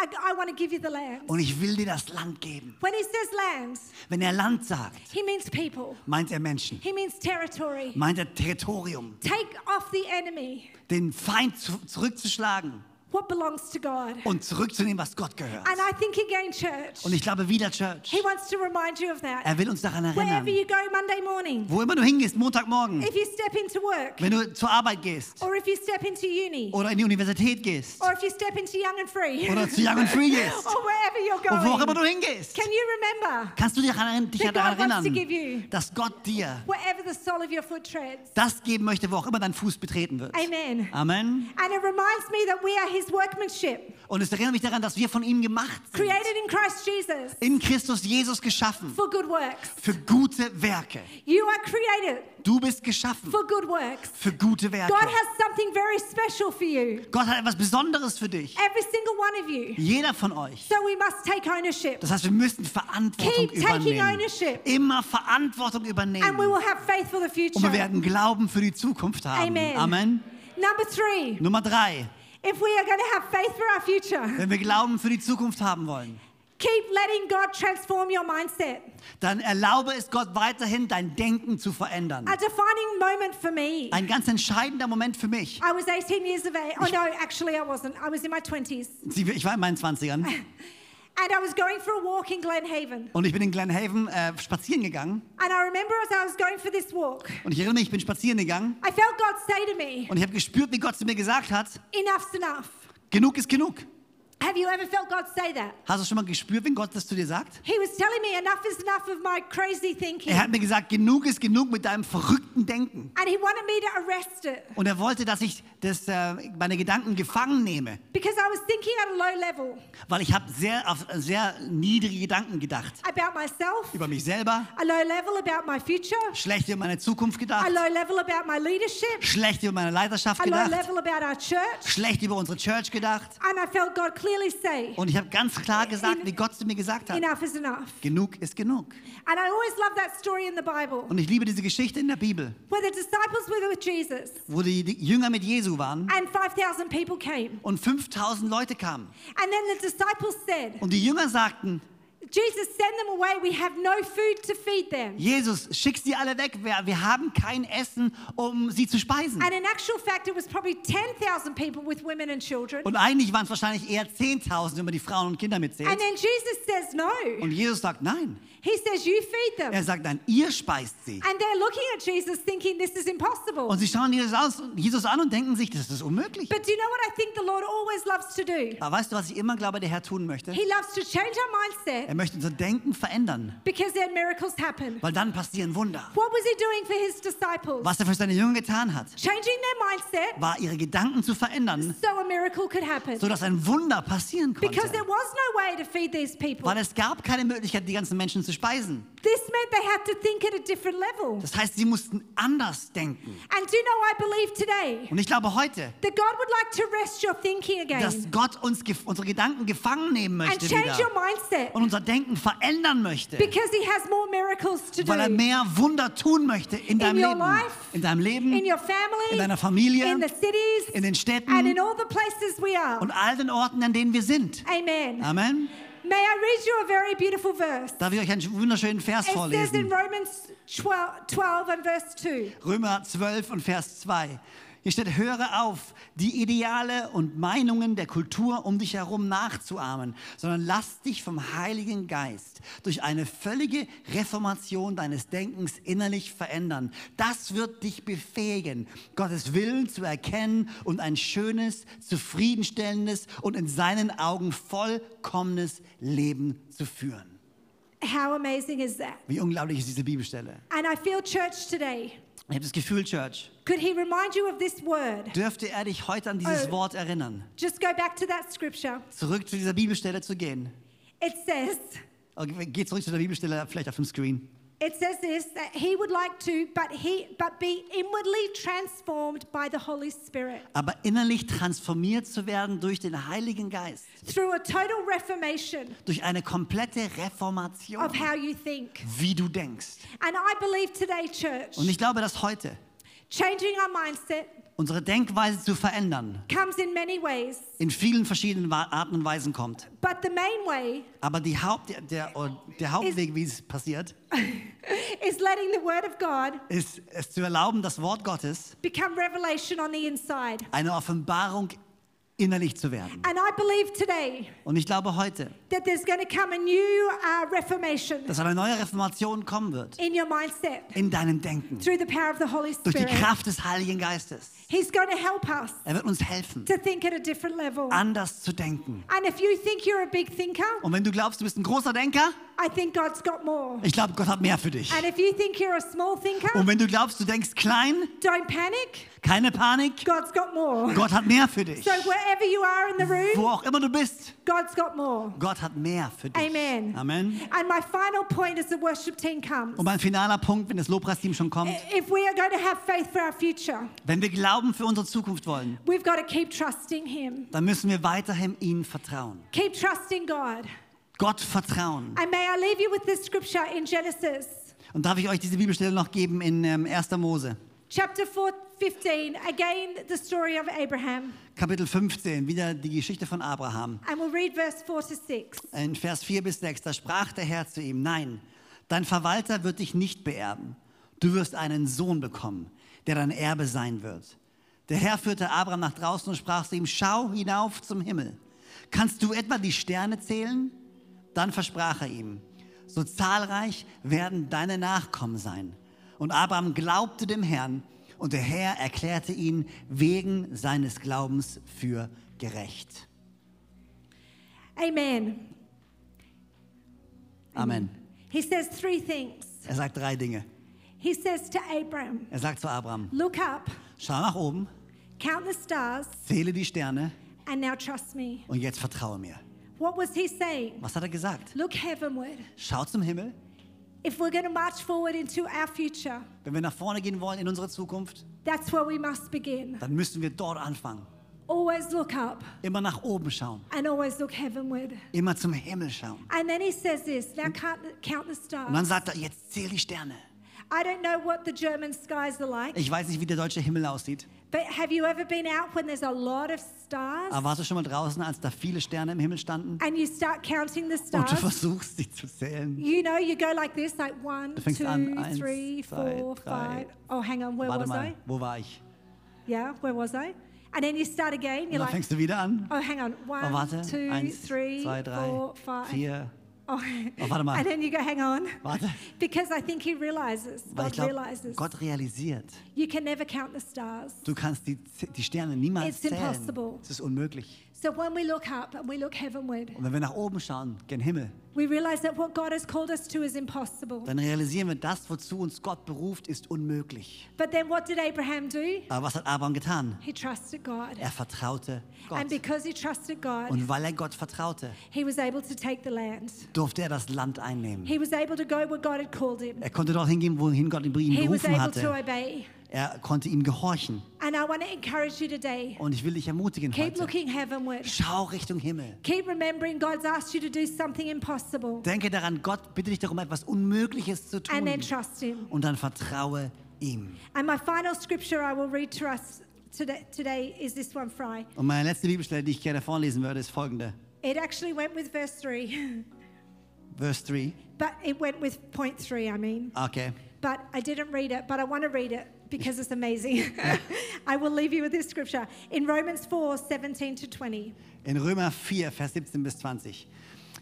[SPEAKER 1] I, I want to give you the lambs.
[SPEAKER 2] Und ich will dir das Land geben.
[SPEAKER 1] When he says lambs,
[SPEAKER 2] Wenn er Land sagt,
[SPEAKER 1] he means people,
[SPEAKER 2] meint er Menschen.
[SPEAKER 1] he means territory.
[SPEAKER 2] Meint er Territorium.
[SPEAKER 1] Take off the enemy,
[SPEAKER 2] Den Feind zu, zurückzuschlagen
[SPEAKER 1] what belongs to God.
[SPEAKER 2] und zurückzunehmen, was Gott gehört.
[SPEAKER 1] And I think again, church,
[SPEAKER 2] Und ich glaube, wieder Church,
[SPEAKER 1] he wants to remind you of that.
[SPEAKER 2] er will uns daran
[SPEAKER 1] Wherever
[SPEAKER 2] erinnern.
[SPEAKER 1] you go Monday morning,
[SPEAKER 2] Wo immer du hingehst, Montagmorgen,
[SPEAKER 1] if you step into work,
[SPEAKER 2] wenn du zur Arbeit gehst
[SPEAKER 1] or if you step into uni,
[SPEAKER 2] oder in die Universität gehst
[SPEAKER 1] or if you step into young and free,
[SPEAKER 2] oder zu Young and Free gehst
[SPEAKER 1] *laughs* or wherever you're
[SPEAKER 2] und wo auch immer
[SPEAKER 1] going,
[SPEAKER 2] du hingehst,
[SPEAKER 1] can you remember,
[SPEAKER 2] kannst du dich daran, dich
[SPEAKER 1] That
[SPEAKER 2] daran
[SPEAKER 1] God wants to give you.
[SPEAKER 2] erinnern, dass Gott dir
[SPEAKER 1] wherever the sole of your foot treads?
[SPEAKER 2] das geben möchte, wo auch immer dein Fuß betreten wird.
[SPEAKER 1] Amen.
[SPEAKER 2] Amen.
[SPEAKER 1] And it reminds me that we are his workmanship,
[SPEAKER 2] Und es erinnert mich daran, dass wir von ihm gemacht sind.
[SPEAKER 1] created in Christ Jesus
[SPEAKER 2] In Christus Jesus geschaffen.
[SPEAKER 1] for good works.
[SPEAKER 2] Für gute Werke.
[SPEAKER 1] You are created
[SPEAKER 2] Du bist geschaffen
[SPEAKER 1] for good works.
[SPEAKER 2] für gute Werke.
[SPEAKER 1] God has something very special for you,
[SPEAKER 2] Gott hat etwas Besonderes für dich.
[SPEAKER 1] every single one of you.
[SPEAKER 2] Jeder von euch.
[SPEAKER 1] So we must take ownership
[SPEAKER 2] Das heißt, wir müssen Verantwortung
[SPEAKER 1] Keep taking
[SPEAKER 2] übernehmen.
[SPEAKER 1] ownership.
[SPEAKER 2] Immer Verantwortung übernehmen.
[SPEAKER 1] and we
[SPEAKER 2] Und
[SPEAKER 1] will have faith for the future.
[SPEAKER 2] wir werden Glauben für die Zukunft haben.
[SPEAKER 1] Amen.
[SPEAKER 2] Amen.
[SPEAKER 1] Number three,
[SPEAKER 2] Nummer drei.
[SPEAKER 1] if we are going to have faith for our future, *laughs*
[SPEAKER 2] Wenn wir Glauben für die Zukunft haben wollen,
[SPEAKER 1] keep letting God transform your mindset.
[SPEAKER 2] dann erlaube es Gott weiterhin, dein Denken zu verändern.
[SPEAKER 1] A defining moment for me.
[SPEAKER 2] Ein ganz entscheidender Moment für mich.
[SPEAKER 1] I was 18 years of age. Oh, no, actually, I wasn't. I was in my 20s.
[SPEAKER 2] Sie- Ich war in meinen 20ern
[SPEAKER 1] And I was going for a walk in Glen Haven.
[SPEAKER 2] und ich bin in Glenhaven äh, spazieren gegangen.
[SPEAKER 1] And I remember as I was going for this walk,
[SPEAKER 2] Und ich erinnere mich, ich bin spazieren gegangen
[SPEAKER 1] I felt God say to me,
[SPEAKER 2] und ich habe gespürt, wie Gott zu mir gesagt hat,
[SPEAKER 1] Enough's enough.
[SPEAKER 2] genug ist genug.
[SPEAKER 1] Have you ever felt God say that?
[SPEAKER 2] Hast du schon mal gespürt, wenn Gott das zu dir sagt?
[SPEAKER 1] He was telling me, Enough is enough of my crazy thinking.
[SPEAKER 2] Er hat mir gesagt, genug ist genug mit deinem verrückten Denken.
[SPEAKER 1] And He wanted me to arrest it
[SPEAKER 2] Und er wollte, dass ich das, äh, meine Gedanken gefangen nehme,
[SPEAKER 1] because I was thinking at a low level
[SPEAKER 2] weil ich habe sehr auf sehr niedrige Gedanken gedacht.
[SPEAKER 1] about myself,
[SPEAKER 2] Über mich selber,
[SPEAKER 1] a low level about my future,
[SPEAKER 2] schlecht über meine Zukunft
[SPEAKER 1] a
[SPEAKER 2] gedacht,
[SPEAKER 1] low level about my leadership,
[SPEAKER 2] schlecht über meine Leiterschaft
[SPEAKER 1] a low
[SPEAKER 2] gedacht,
[SPEAKER 1] level about our church.
[SPEAKER 2] schlecht über unsere Church gedacht.
[SPEAKER 1] And I felt God clearly say,
[SPEAKER 2] Und ich habe ganz klar gesagt, wie Gott zu mir gesagt hat,
[SPEAKER 1] Enough is enough.
[SPEAKER 2] genug ist genug.
[SPEAKER 1] And I always love that story in the Bible
[SPEAKER 2] Und ich liebe diese Geschichte in der Bibel,
[SPEAKER 1] where the disciples were with Jesus
[SPEAKER 2] wo die die Jünger mit Jesu waren
[SPEAKER 1] and 5,000 people came.
[SPEAKER 2] und 5000 Leute kamen.
[SPEAKER 1] And then the disciples said,
[SPEAKER 2] Und die Jünger sagten,
[SPEAKER 1] Jesus, send them away. We have no food to feed them.
[SPEAKER 2] Jesus, schick sie alle weg. Wir, wir haben kein Essen, um sie zu speisen.
[SPEAKER 1] And in actual fact, it was probably 10,000 people with women and children.
[SPEAKER 2] Und eigentlich waren es wahrscheinlich eher 10.000, wenn man die Frauen und Kinder
[SPEAKER 1] And
[SPEAKER 2] mitzählt.
[SPEAKER 1] then Jesus says, No.
[SPEAKER 2] Und Jesus sagt, nein.
[SPEAKER 1] He says, You feed them.
[SPEAKER 2] Er sagt, nein, ihr speist sie.
[SPEAKER 1] And they're looking at Jesus thinking, This is impossible.
[SPEAKER 2] Und sie schauen Jesus, aus, Jesus an und denken sich, das ist unmöglich.
[SPEAKER 1] But do you know what I think the Lord always loves to do?
[SPEAKER 2] Aber weißt du, was ich immer glaube, der Herr tun möchte?
[SPEAKER 1] He loves to change our
[SPEAKER 2] Er
[SPEAKER 1] mindset
[SPEAKER 2] möchte unser Denken verändern,
[SPEAKER 1] because then miracles happen.
[SPEAKER 2] weil dann passieren Wunder.
[SPEAKER 1] What was he doing for his disciples?
[SPEAKER 2] Was er für seine Jünger getan hat,
[SPEAKER 1] Changing their mindset
[SPEAKER 2] war ihre Gedanken zu verändern,
[SPEAKER 1] so a miracle could happen.
[SPEAKER 2] sodass ein Wunder passieren
[SPEAKER 1] Because there
[SPEAKER 2] konnte.
[SPEAKER 1] was no way to feed these people.
[SPEAKER 2] Weil es gab keine Möglichkeit, die ganzen Menschen zu speisen.
[SPEAKER 1] This meant they had to think at a different level.
[SPEAKER 2] Das heißt, sie mussten anders denken.
[SPEAKER 1] And do you know, I believe today
[SPEAKER 2] Und ich glaube heute,
[SPEAKER 1] that God would like to rest your thinking
[SPEAKER 2] dass
[SPEAKER 1] again
[SPEAKER 2] Gott uns gef- unsere Gedanken gefangen nehmen
[SPEAKER 1] and
[SPEAKER 2] möchte
[SPEAKER 1] change your
[SPEAKER 2] wieder
[SPEAKER 1] mindset
[SPEAKER 2] und unser Denken verändern möchte,
[SPEAKER 1] because He has more miracles to
[SPEAKER 2] weil er
[SPEAKER 1] do
[SPEAKER 2] mehr Wunder tun möchte in deinem
[SPEAKER 1] your
[SPEAKER 2] Leben,
[SPEAKER 1] life,
[SPEAKER 2] in deinem
[SPEAKER 1] in
[SPEAKER 2] Leben,
[SPEAKER 1] your family,
[SPEAKER 2] in deiner Familie,
[SPEAKER 1] in the cities,
[SPEAKER 2] in mm. den Städten
[SPEAKER 1] and in all the places we are.
[SPEAKER 2] und all den Orten, an denen wir sind.
[SPEAKER 1] Amen.
[SPEAKER 2] Amen.
[SPEAKER 1] May I read you a very beautiful verse?
[SPEAKER 2] Darf ich euch einen wunderschönen Vers
[SPEAKER 1] It says in
[SPEAKER 2] vorlesen?
[SPEAKER 1] Romans 12, 12 and verse 2.
[SPEAKER 2] Römer 12 und Vers 2. Hier steht, höre auf, die Ideale und Meinungen der Kultur um dich herum nachzuahmen, sondern lass dich vom Heiligen Geist durch eine völlige Reformation deines Denkens innerlich verändern. Das wird dich befähigen, Gottes Willen zu erkennen und ein schönes, zufriedenstellendes und in seinen Augen vollkommenes Leben zu führen.
[SPEAKER 1] How amazing is that?
[SPEAKER 2] Wie unglaublich ist diese Bibelstelle.
[SPEAKER 1] And I feel, church today,
[SPEAKER 2] Ich habe das Gefühl, Church,
[SPEAKER 1] could he remind you of this word?
[SPEAKER 2] dürfte er dich heute an dieses
[SPEAKER 1] Oh.
[SPEAKER 2] Wort erinnern.
[SPEAKER 1] Just go back to that scripture.
[SPEAKER 2] Zurück zu dieser Bibelstelle zu gehen.
[SPEAKER 1] It says,
[SPEAKER 2] Okay, Geh zurück zu der Bibelstelle, vielleicht auf dem Screen.
[SPEAKER 1] it says this that he would like to, but he, but be inwardly transformed by the Holy Spirit
[SPEAKER 2] Aber innerlich transformiert zu werden durch den Heiligen Geist,
[SPEAKER 1] through a total reformation
[SPEAKER 2] durch eine komplette Reformation,
[SPEAKER 1] of how you think.
[SPEAKER 2] wie du denkst.
[SPEAKER 1] And I believe today, church,
[SPEAKER 2] Und ich glaube, dass heute
[SPEAKER 1] changing our mindset
[SPEAKER 2] unsere Denkweise zu verändern,
[SPEAKER 1] comes in many ways,
[SPEAKER 2] in vielen verschiedenen Wa- Arten und Weisen kommt.
[SPEAKER 1] but the main way
[SPEAKER 2] Aber die Haupt, der, der, der Hauptweg, wie es passiert,
[SPEAKER 1] is letting the Word of God
[SPEAKER 2] ist es zu erlauben, das Wort Gottes
[SPEAKER 1] become revelation on the inside.
[SPEAKER 2] eine Offenbarung innerlich zu werden.
[SPEAKER 1] And I believe today
[SPEAKER 2] Und ich glaube heute,
[SPEAKER 1] that there's going to come a new uh, reformation
[SPEAKER 2] dass eine neue Reformation kommen wird
[SPEAKER 1] in your mindset
[SPEAKER 2] in deinem Denken
[SPEAKER 1] through the power of the Holy
[SPEAKER 2] durch die
[SPEAKER 1] Spirit.
[SPEAKER 2] Kraft des Heiligen Geistes.
[SPEAKER 1] He's going to help us
[SPEAKER 2] Er wird uns helfen,
[SPEAKER 1] to think at a different level.
[SPEAKER 2] anders zu denken.
[SPEAKER 1] And if you think you're a big thinker,
[SPEAKER 2] Und wenn du glaubst, du bist ein großer Denker,
[SPEAKER 1] I think God's got more.
[SPEAKER 2] ich glaube, Gott hat mehr für dich.
[SPEAKER 1] And if you think you're a small thinker,
[SPEAKER 2] Und wenn du glaubst, du denkst klein,
[SPEAKER 1] don't panic.
[SPEAKER 2] keine Panik,
[SPEAKER 1] God's got more.
[SPEAKER 2] Gott hat mehr für dich.
[SPEAKER 1] So wherever you are in the room,
[SPEAKER 2] Wo auch immer du bist,
[SPEAKER 1] God's got more.
[SPEAKER 2] Gott hat mehr für dich.
[SPEAKER 1] Amen.
[SPEAKER 2] Amen.
[SPEAKER 1] And my final point as the worship team comes,
[SPEAKER 2] Und mein finaler Punkt, wenn das Lobpreisteam schon kommt,
[SPEAKER 1] if we are going to have faith for our future,
[SPEAKER 2] wenn wir Glauben für unsere Zukunft wollen,
[SPEAKER 1] we've got to keep trusting Him.
[SPEAKER 2] dann müssen wir weiterhin ihm vertrauen.
[SPEAKER 1] Keep trusting God.
[SPEAKER 2] Gott vertrauen.
[SPEAKER 1] And may I leave you with this scripture in Genesis
[SPEAKER 2] Und darf ich euch diese Bibelstelle noch geben in ähm, 1. Mose,
[SPEAKER 1] chapter 4, 15. Again, the story of Abraham.
[SPEAKER 2] Kapitel 15, wieder die Geschichte von Abraham.
[SPEAKER 1] And we'll read verse 4 to 6.
[SPEAKER 2] In Vers 4 bis 6, da sprach der Herr zu ihm, nein, dein Verwalter wird dich nicht beerben. Du wirst einen Sohn bekommen, der dein Erbe sein wird. Der Herr führte Abraham nach draußen und sprach zu ihm, schau hinauf zum Himmel. Kannst du etwa die Sterne zählen? Dann versprach er ihm, so zahlreich werden deine Nachkommen sein. Und Abraham glaubte dem Herrn und der Herr erklärte ihn wegen seines Glaubens für gerecht.
[SPEAKER 1] Amen.
[SPEAKER 2] Amen.
[SPEAKER 1] He says three things.
[SPEAKER 2] Er sagt drei Dinge.
[SPEAKER 1] He says to Abram,
[SPEAKER 2] Er sagt zu Abraham,
[SPEAKER 1] Look up,
[SPEAKER 2] schau nach oben,
[SPEAKER 1] count the stars,
[SPEAKER 2] zähle die Sterne
[SPEAKER 1] and now trust me.
[SPEAKER 2] und jetzt vertraue mir.
[SPEAKER 1] What was he saying?
[SPEAKER 2] Was hat er gesagt?
[SPEAKER 1] Look heavenward.
[SPEAKER 2] Schau zum Himmel,
[SPEAKER 1] If we're going to march forward into our future,
[SPEAKER 2] wenn wir nach vorne gehen wollen in unsere Zukunft,
[SPEAKER 1] that's where we must begin.
[SPEAKER 2] dann müssen wir dort anfangen.
[SPEAKER 1] Always look up
[SPEAKER 2] Immer nach oben schauen,
[SPEAKER 1] and always look heavenward.
[SPEAKER 2] immer zum Himmel schauen.
[SPEAKER 1] And then he says this
[SPEAKER 2] Mm.
[SPEAKER 1] now count, count the
[SPEAKER 2] Und dann
[SPEAKER 1] stars.
[SPEAKER 2] sagt er, jetzt zähle die Sterne.
[SPEAKER 1] I don't know what the German skies are like,
[SPEAKER 2] Ich weiß nicht, wie der deutsche Himmel aussieht,
[SPEAKER 1] but have you ever been out when there's a lot of stars
[SPEAKER 2] aber warst du schon mal draußen, als da viele Sterne im Himmel standen
[SPEAKER 1] and you start counting the
[SPEAKER 2] und du
[SPEAKER 1] stars?
[SPEAKER 2] versuchst, sie zu zählen?
[SPEAKER 1] You know, you go like this, like one,
[SPEAKER 2] Du fängst an,
[SPEAKER 1] two,
[SPEAKER 2] eins,
[SPEAKER 1] three,
[SPEAKER 2] zwei,
[SPEAKER 1] four,
[SPEAKER 2] drei.
[SPEAKER 1] five. Oh, hang on, where
[SPEAKER 2] Warte
[SPEAKER 1] was
[SPEAKER 2] mal,
[SPEAKER 1] I?
[SPEAKER 2] wo war ich?
[SPEAKER 1] Yeah, where was I? And then you start again.
[SPEAKER 2] Und
[SPEAKER 1] You're
[SPEAKER 2] dann
[SPEAKER 1] like,
[SPEAKER 2] fängst du wieder an.
[SPEAKER 1] oh, hang on,
[SPEAKER 2] Oh,
[SPEAKER 1] one,
[SPEAKER 2] warte,
[SPEAKER 1] two,
[SPEAKER 2] eins,
[SPEAKER 1] three,
[SPEAKER 2] zwei, drei,
[SPEAKER 1] four, five.
[SPEAKER 2] vier.
[SPEAKER 1] *laughs* Oh.
[SPEAKER 2] Oh, warte mal.
[SPEAKER 1] And then you go, hang on.
[SPEAKER 2] Warte.
[SPEAKER 1] *laughs* Because I think he realizes,
[SPEAKER 2] Weil ich
[SPEAKER 1] God
[SPEAKER 2] glaube,
[SPEAKER 1] realizes,
[SPEAKER 2] Gott realisiert,
[SPEAKER 1] you can never count the stars.
[SPEAKER 2] Du kannst die, Z- die Sterne niemals
[SPEAKER 1] It's
[SPEAKER 2] zählen.
[SPEAKER 1] impossible.
[SPEAKER 2] Es ist unmöglich.
[SPEAKER 1] So when we look up and we look heavenward,
[SPEAKER 2] Und wenn wir nach oben schauen, gen Himmel,
[SPEAKER 1] we realize that what God has called us to is impossible.
[SPEAKER 2] dann realisieren wir, das, wozu uns Gott beruft, ist unmöglich.
[SPEAKER 1] But then what did Abraham do?
[SPEAKER 2] Aber was hat Abraham getan?
[SPEAKER 1] He trusted God.
[SPEAKER 2] Er vertraute Gott.
[SPEAKER 1] And because he trusted God,
[SPEAKER 2] Und weil er Gott vertraute,
[SPEAKER 1] he was able to take the land.
[SPEAKER 2] durfte er das Land einnehmen.
[SPEAKER 1] He was able to go where God had called him.
[SPEAKER 2] Er konnte dorthin gehen, wohin Gott ihn
[SPEAKER 1] He was
[SPEAKER 2] berufen
[SPEAKER 1] able to
[SPEAKER 2] hatte.
[SPEAKER 1] obey.
[SPEAKER 2] Er konnte ihm gehorchen.
[SPEAKER 1] And I want to encourage you today
[SPEAKER 2] Und ich will dich ermutigen
[SPEAKER 1] keep
[SPEAKER 2] heute.
[SPEAKER 1] looking heavenward.
[SPEAKER 2] Schau Richtung Himmel.
[SPEAKER 1] Keep remembering God's asked you to do something impossible.
[SPEAKER 2] Denke daran, Gott bitte dich darum, etwas Unmögliches zu
[SPEAKER 1] And
[SPEAKER 2] tun.
[SPEAKER 1] then trust Him.
[SPEAKER 2] Und dann vertraue ihm.
[SPEAKER 1] And my final scripture I will read to us today, today is this one, Fry.
[SPEAKER 2] Und meine letzte Bibelstelle, die ich gerne vorlesen würde, ist folgende.
[SPEAKER 1] It actually went with verse *laughs* 3,
[SPEAKER 2] Verse 3.
[SPEAKER 1] but it went with point 3, I mean.
[SPEAKER 2] Okay.
[SPEAKER 1] But I didn't read it, but I want to read it because it's amazing. *laughs* I will leave you with this scripture in Romans 4 17 to 20.
[SPEAKER 2] In Römer 4, Vers 17 bis 20.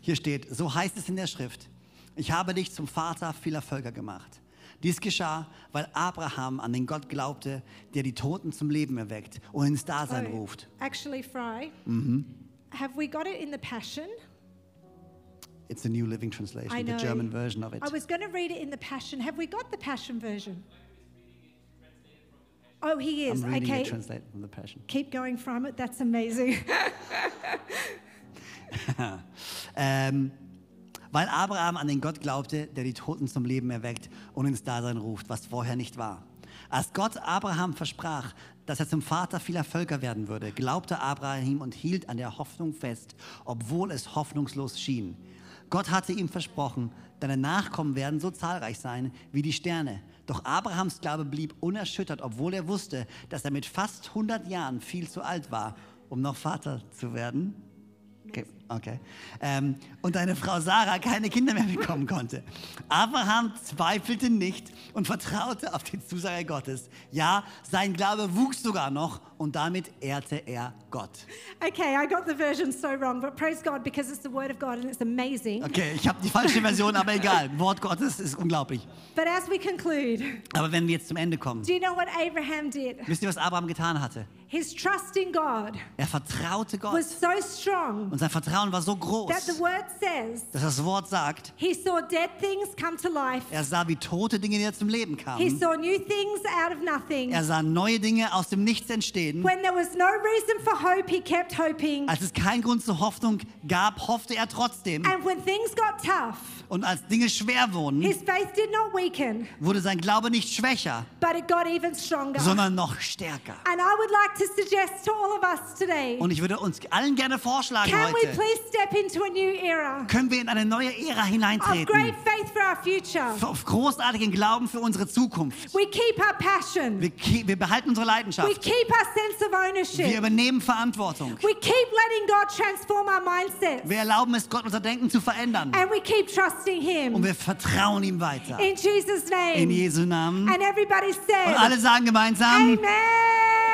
[SPEAKER 2] Hier steht, so heißt es in der Schrift, ich habe dich zum Vater vieler Völker gemacht. Dies geschah, weil Abraham an den Gott glaubte, der die Toten zum Leben erweckt und ins Dasein
[SPEAKER 1] Oh,
[SPEAKER 2] ruft.
[SPEAKER 1] Actually, Fry,
[SPEAKER 2] Mm-hmm.
[SPEAKER 1] have we got it in the Passion?
[SPEAKER 2] It's a New Living Translation,
[SPEAKER 1] I know.
[SPEAKER 2] the German version of it.
[SPEAKER 1] I was going to read it in the Passion. Have we got the Passion version? Oh, he
[SPEAKER 2] I'm
[SPEAKER 1] is.
[SPEAKER 2] reading
[SPEAKER 1] Okay.
[SPEAKER 2] it translated from the Passion.
[SPEAKER 1] Keep going from it. That's amazing. *laughs*
[SPEAKER 2] Ähm, weil Abraham an den Gott glaubte, der die Toten zum Leben erweckt und ins Dasein ruft, was vorher nicht war. Als Gott Abraham versprach, dass er zum Vater vieler Völker werden würde, glaubte Abraham und hielt an der Hoffnung fest, obwohl es hoffnungslos schien. Gott hatte ihm versprochen, deine Nachkommen werden so zahlreich sein wie die Sterne. Doch Abrahams Glaube blieb unerschüttert, obwohl er wusste, dass er mit fast 100 Jahren viel zu alt war, um noch Vater zu werden. Okay. okay. Ähm, und deine Frau Sarah keine Kinder mehr bekommen konnte. Abraham zweifelte nicht und vertraute auf die Zusage Gottes. Ja, sein Glaube wuchs sogar noch und damit ehrte er Gott.
[SPEAKER 1] Okay, I got the version so wrong, but praise God because it's the Word of God and it's amazing.
[SPEAKER 2] Okay, ich habe die falsche Version, aber egal. Wort Gottes ist unglaublich.
[SPEAKER 1] But as we conclude,
[SPEAKER 2] Aber wenn wir jetzt zum Ende kommen,
[SPEAKER 1] do you know what Abraham did?
[SPEAKER 2] wisst ihr, was Abraham getan hatte?
[SPEAKER 1] His trust in God
[SPEAKER 2] Er vertraute Gott
[SPEAKER 1] was so strong
[SPEAKER 2] und sein Vertrauen war so
[SPEAKER 1] that the
[SPEAKER 2] groß,
[SPEAKER 1] Word says
[SPEAKER 2] dass das Wort sagt,
[SPEAKER 1] he saw dead things come to life,
[SPEAKER 2] er sah, wie tote Dinge wieder zum Leben
[SPEAKER 1] he
[SPEAKER 2] kamen.
[SPEAKER 1] saw new things out of nothing.
[SPEAKER 2] Er sah neue Dinge aus dem Nichts entstehen.
[SPEAKER 1] When there was no reason for hope, he kept hoping.
[SPEAKER 2] Als es keinen Grund zur Hoffnung gab, hoffte er trotzdem.
[SPEAKER 1] And when things got tough,
[SPEAKER 2] Und als Dinge schwer wurden,
[SPEAKER 1] his faith did not weaken,
[SPEAKER 2] wurde sein Glaube nicht schwächer,
[SPEAKER 1] but it got even stronger.
[SPEAKER 2] sondern noch stärker.
[SPEAKER 1] And I would like to suggest to all of us today
[SPEAKER 2] Und ich würde uns allen gerne vorschlagen
[SPEAKER 1] can we
[SPEAKER 2] heute,
[SPEAKER 1] please step into a new era
[SPEAKER 2] können wir in eine neue Ära
[SPEAKER 1] of great
[SPEAKER 2] hineintreten.
[SPEAKER 1] faith for our future?
[SPEAKER 2] Auf großartigen Glauben für unsere Zukunft.
[SPEAKER 1] We keep our passion,
[SPEAKER 2] Wir, ke- wir behalten unsere
[SPEAKER 1] we
[SPEAKER 2] Leidenschaft.
[SPEAKER 1] keep our sense of
[SPEAKER 2] Wir
[SPEAKER 1] ownership,
[SPEAKER 2] übernehmen Verantwortung.
[SPEAKER 1] we keep letting God transform our mindsets,
[SPEAKER 2] Wir erlauben es, Gott unser Denken zu verändern.
[SPEAKER 1] and we keep trusting
[SPEAKER 2] Und
[SPEAKER 1] Him.
[SPEAKER 2] wir vertrauen ihm weiter.
[SPEAKER 1] In Jesus'
[SPEAKER 2] In
[SPEAKER 1] name.
[SPEAKER 2] Jesu Namen.
[SPEAKER 1] And everybody
[SPEAKER 2] Und
[SPEAKER 1] said,
[SPEAKER 2] alle sagen gemeinsam
[SPEAKER 1] Amen.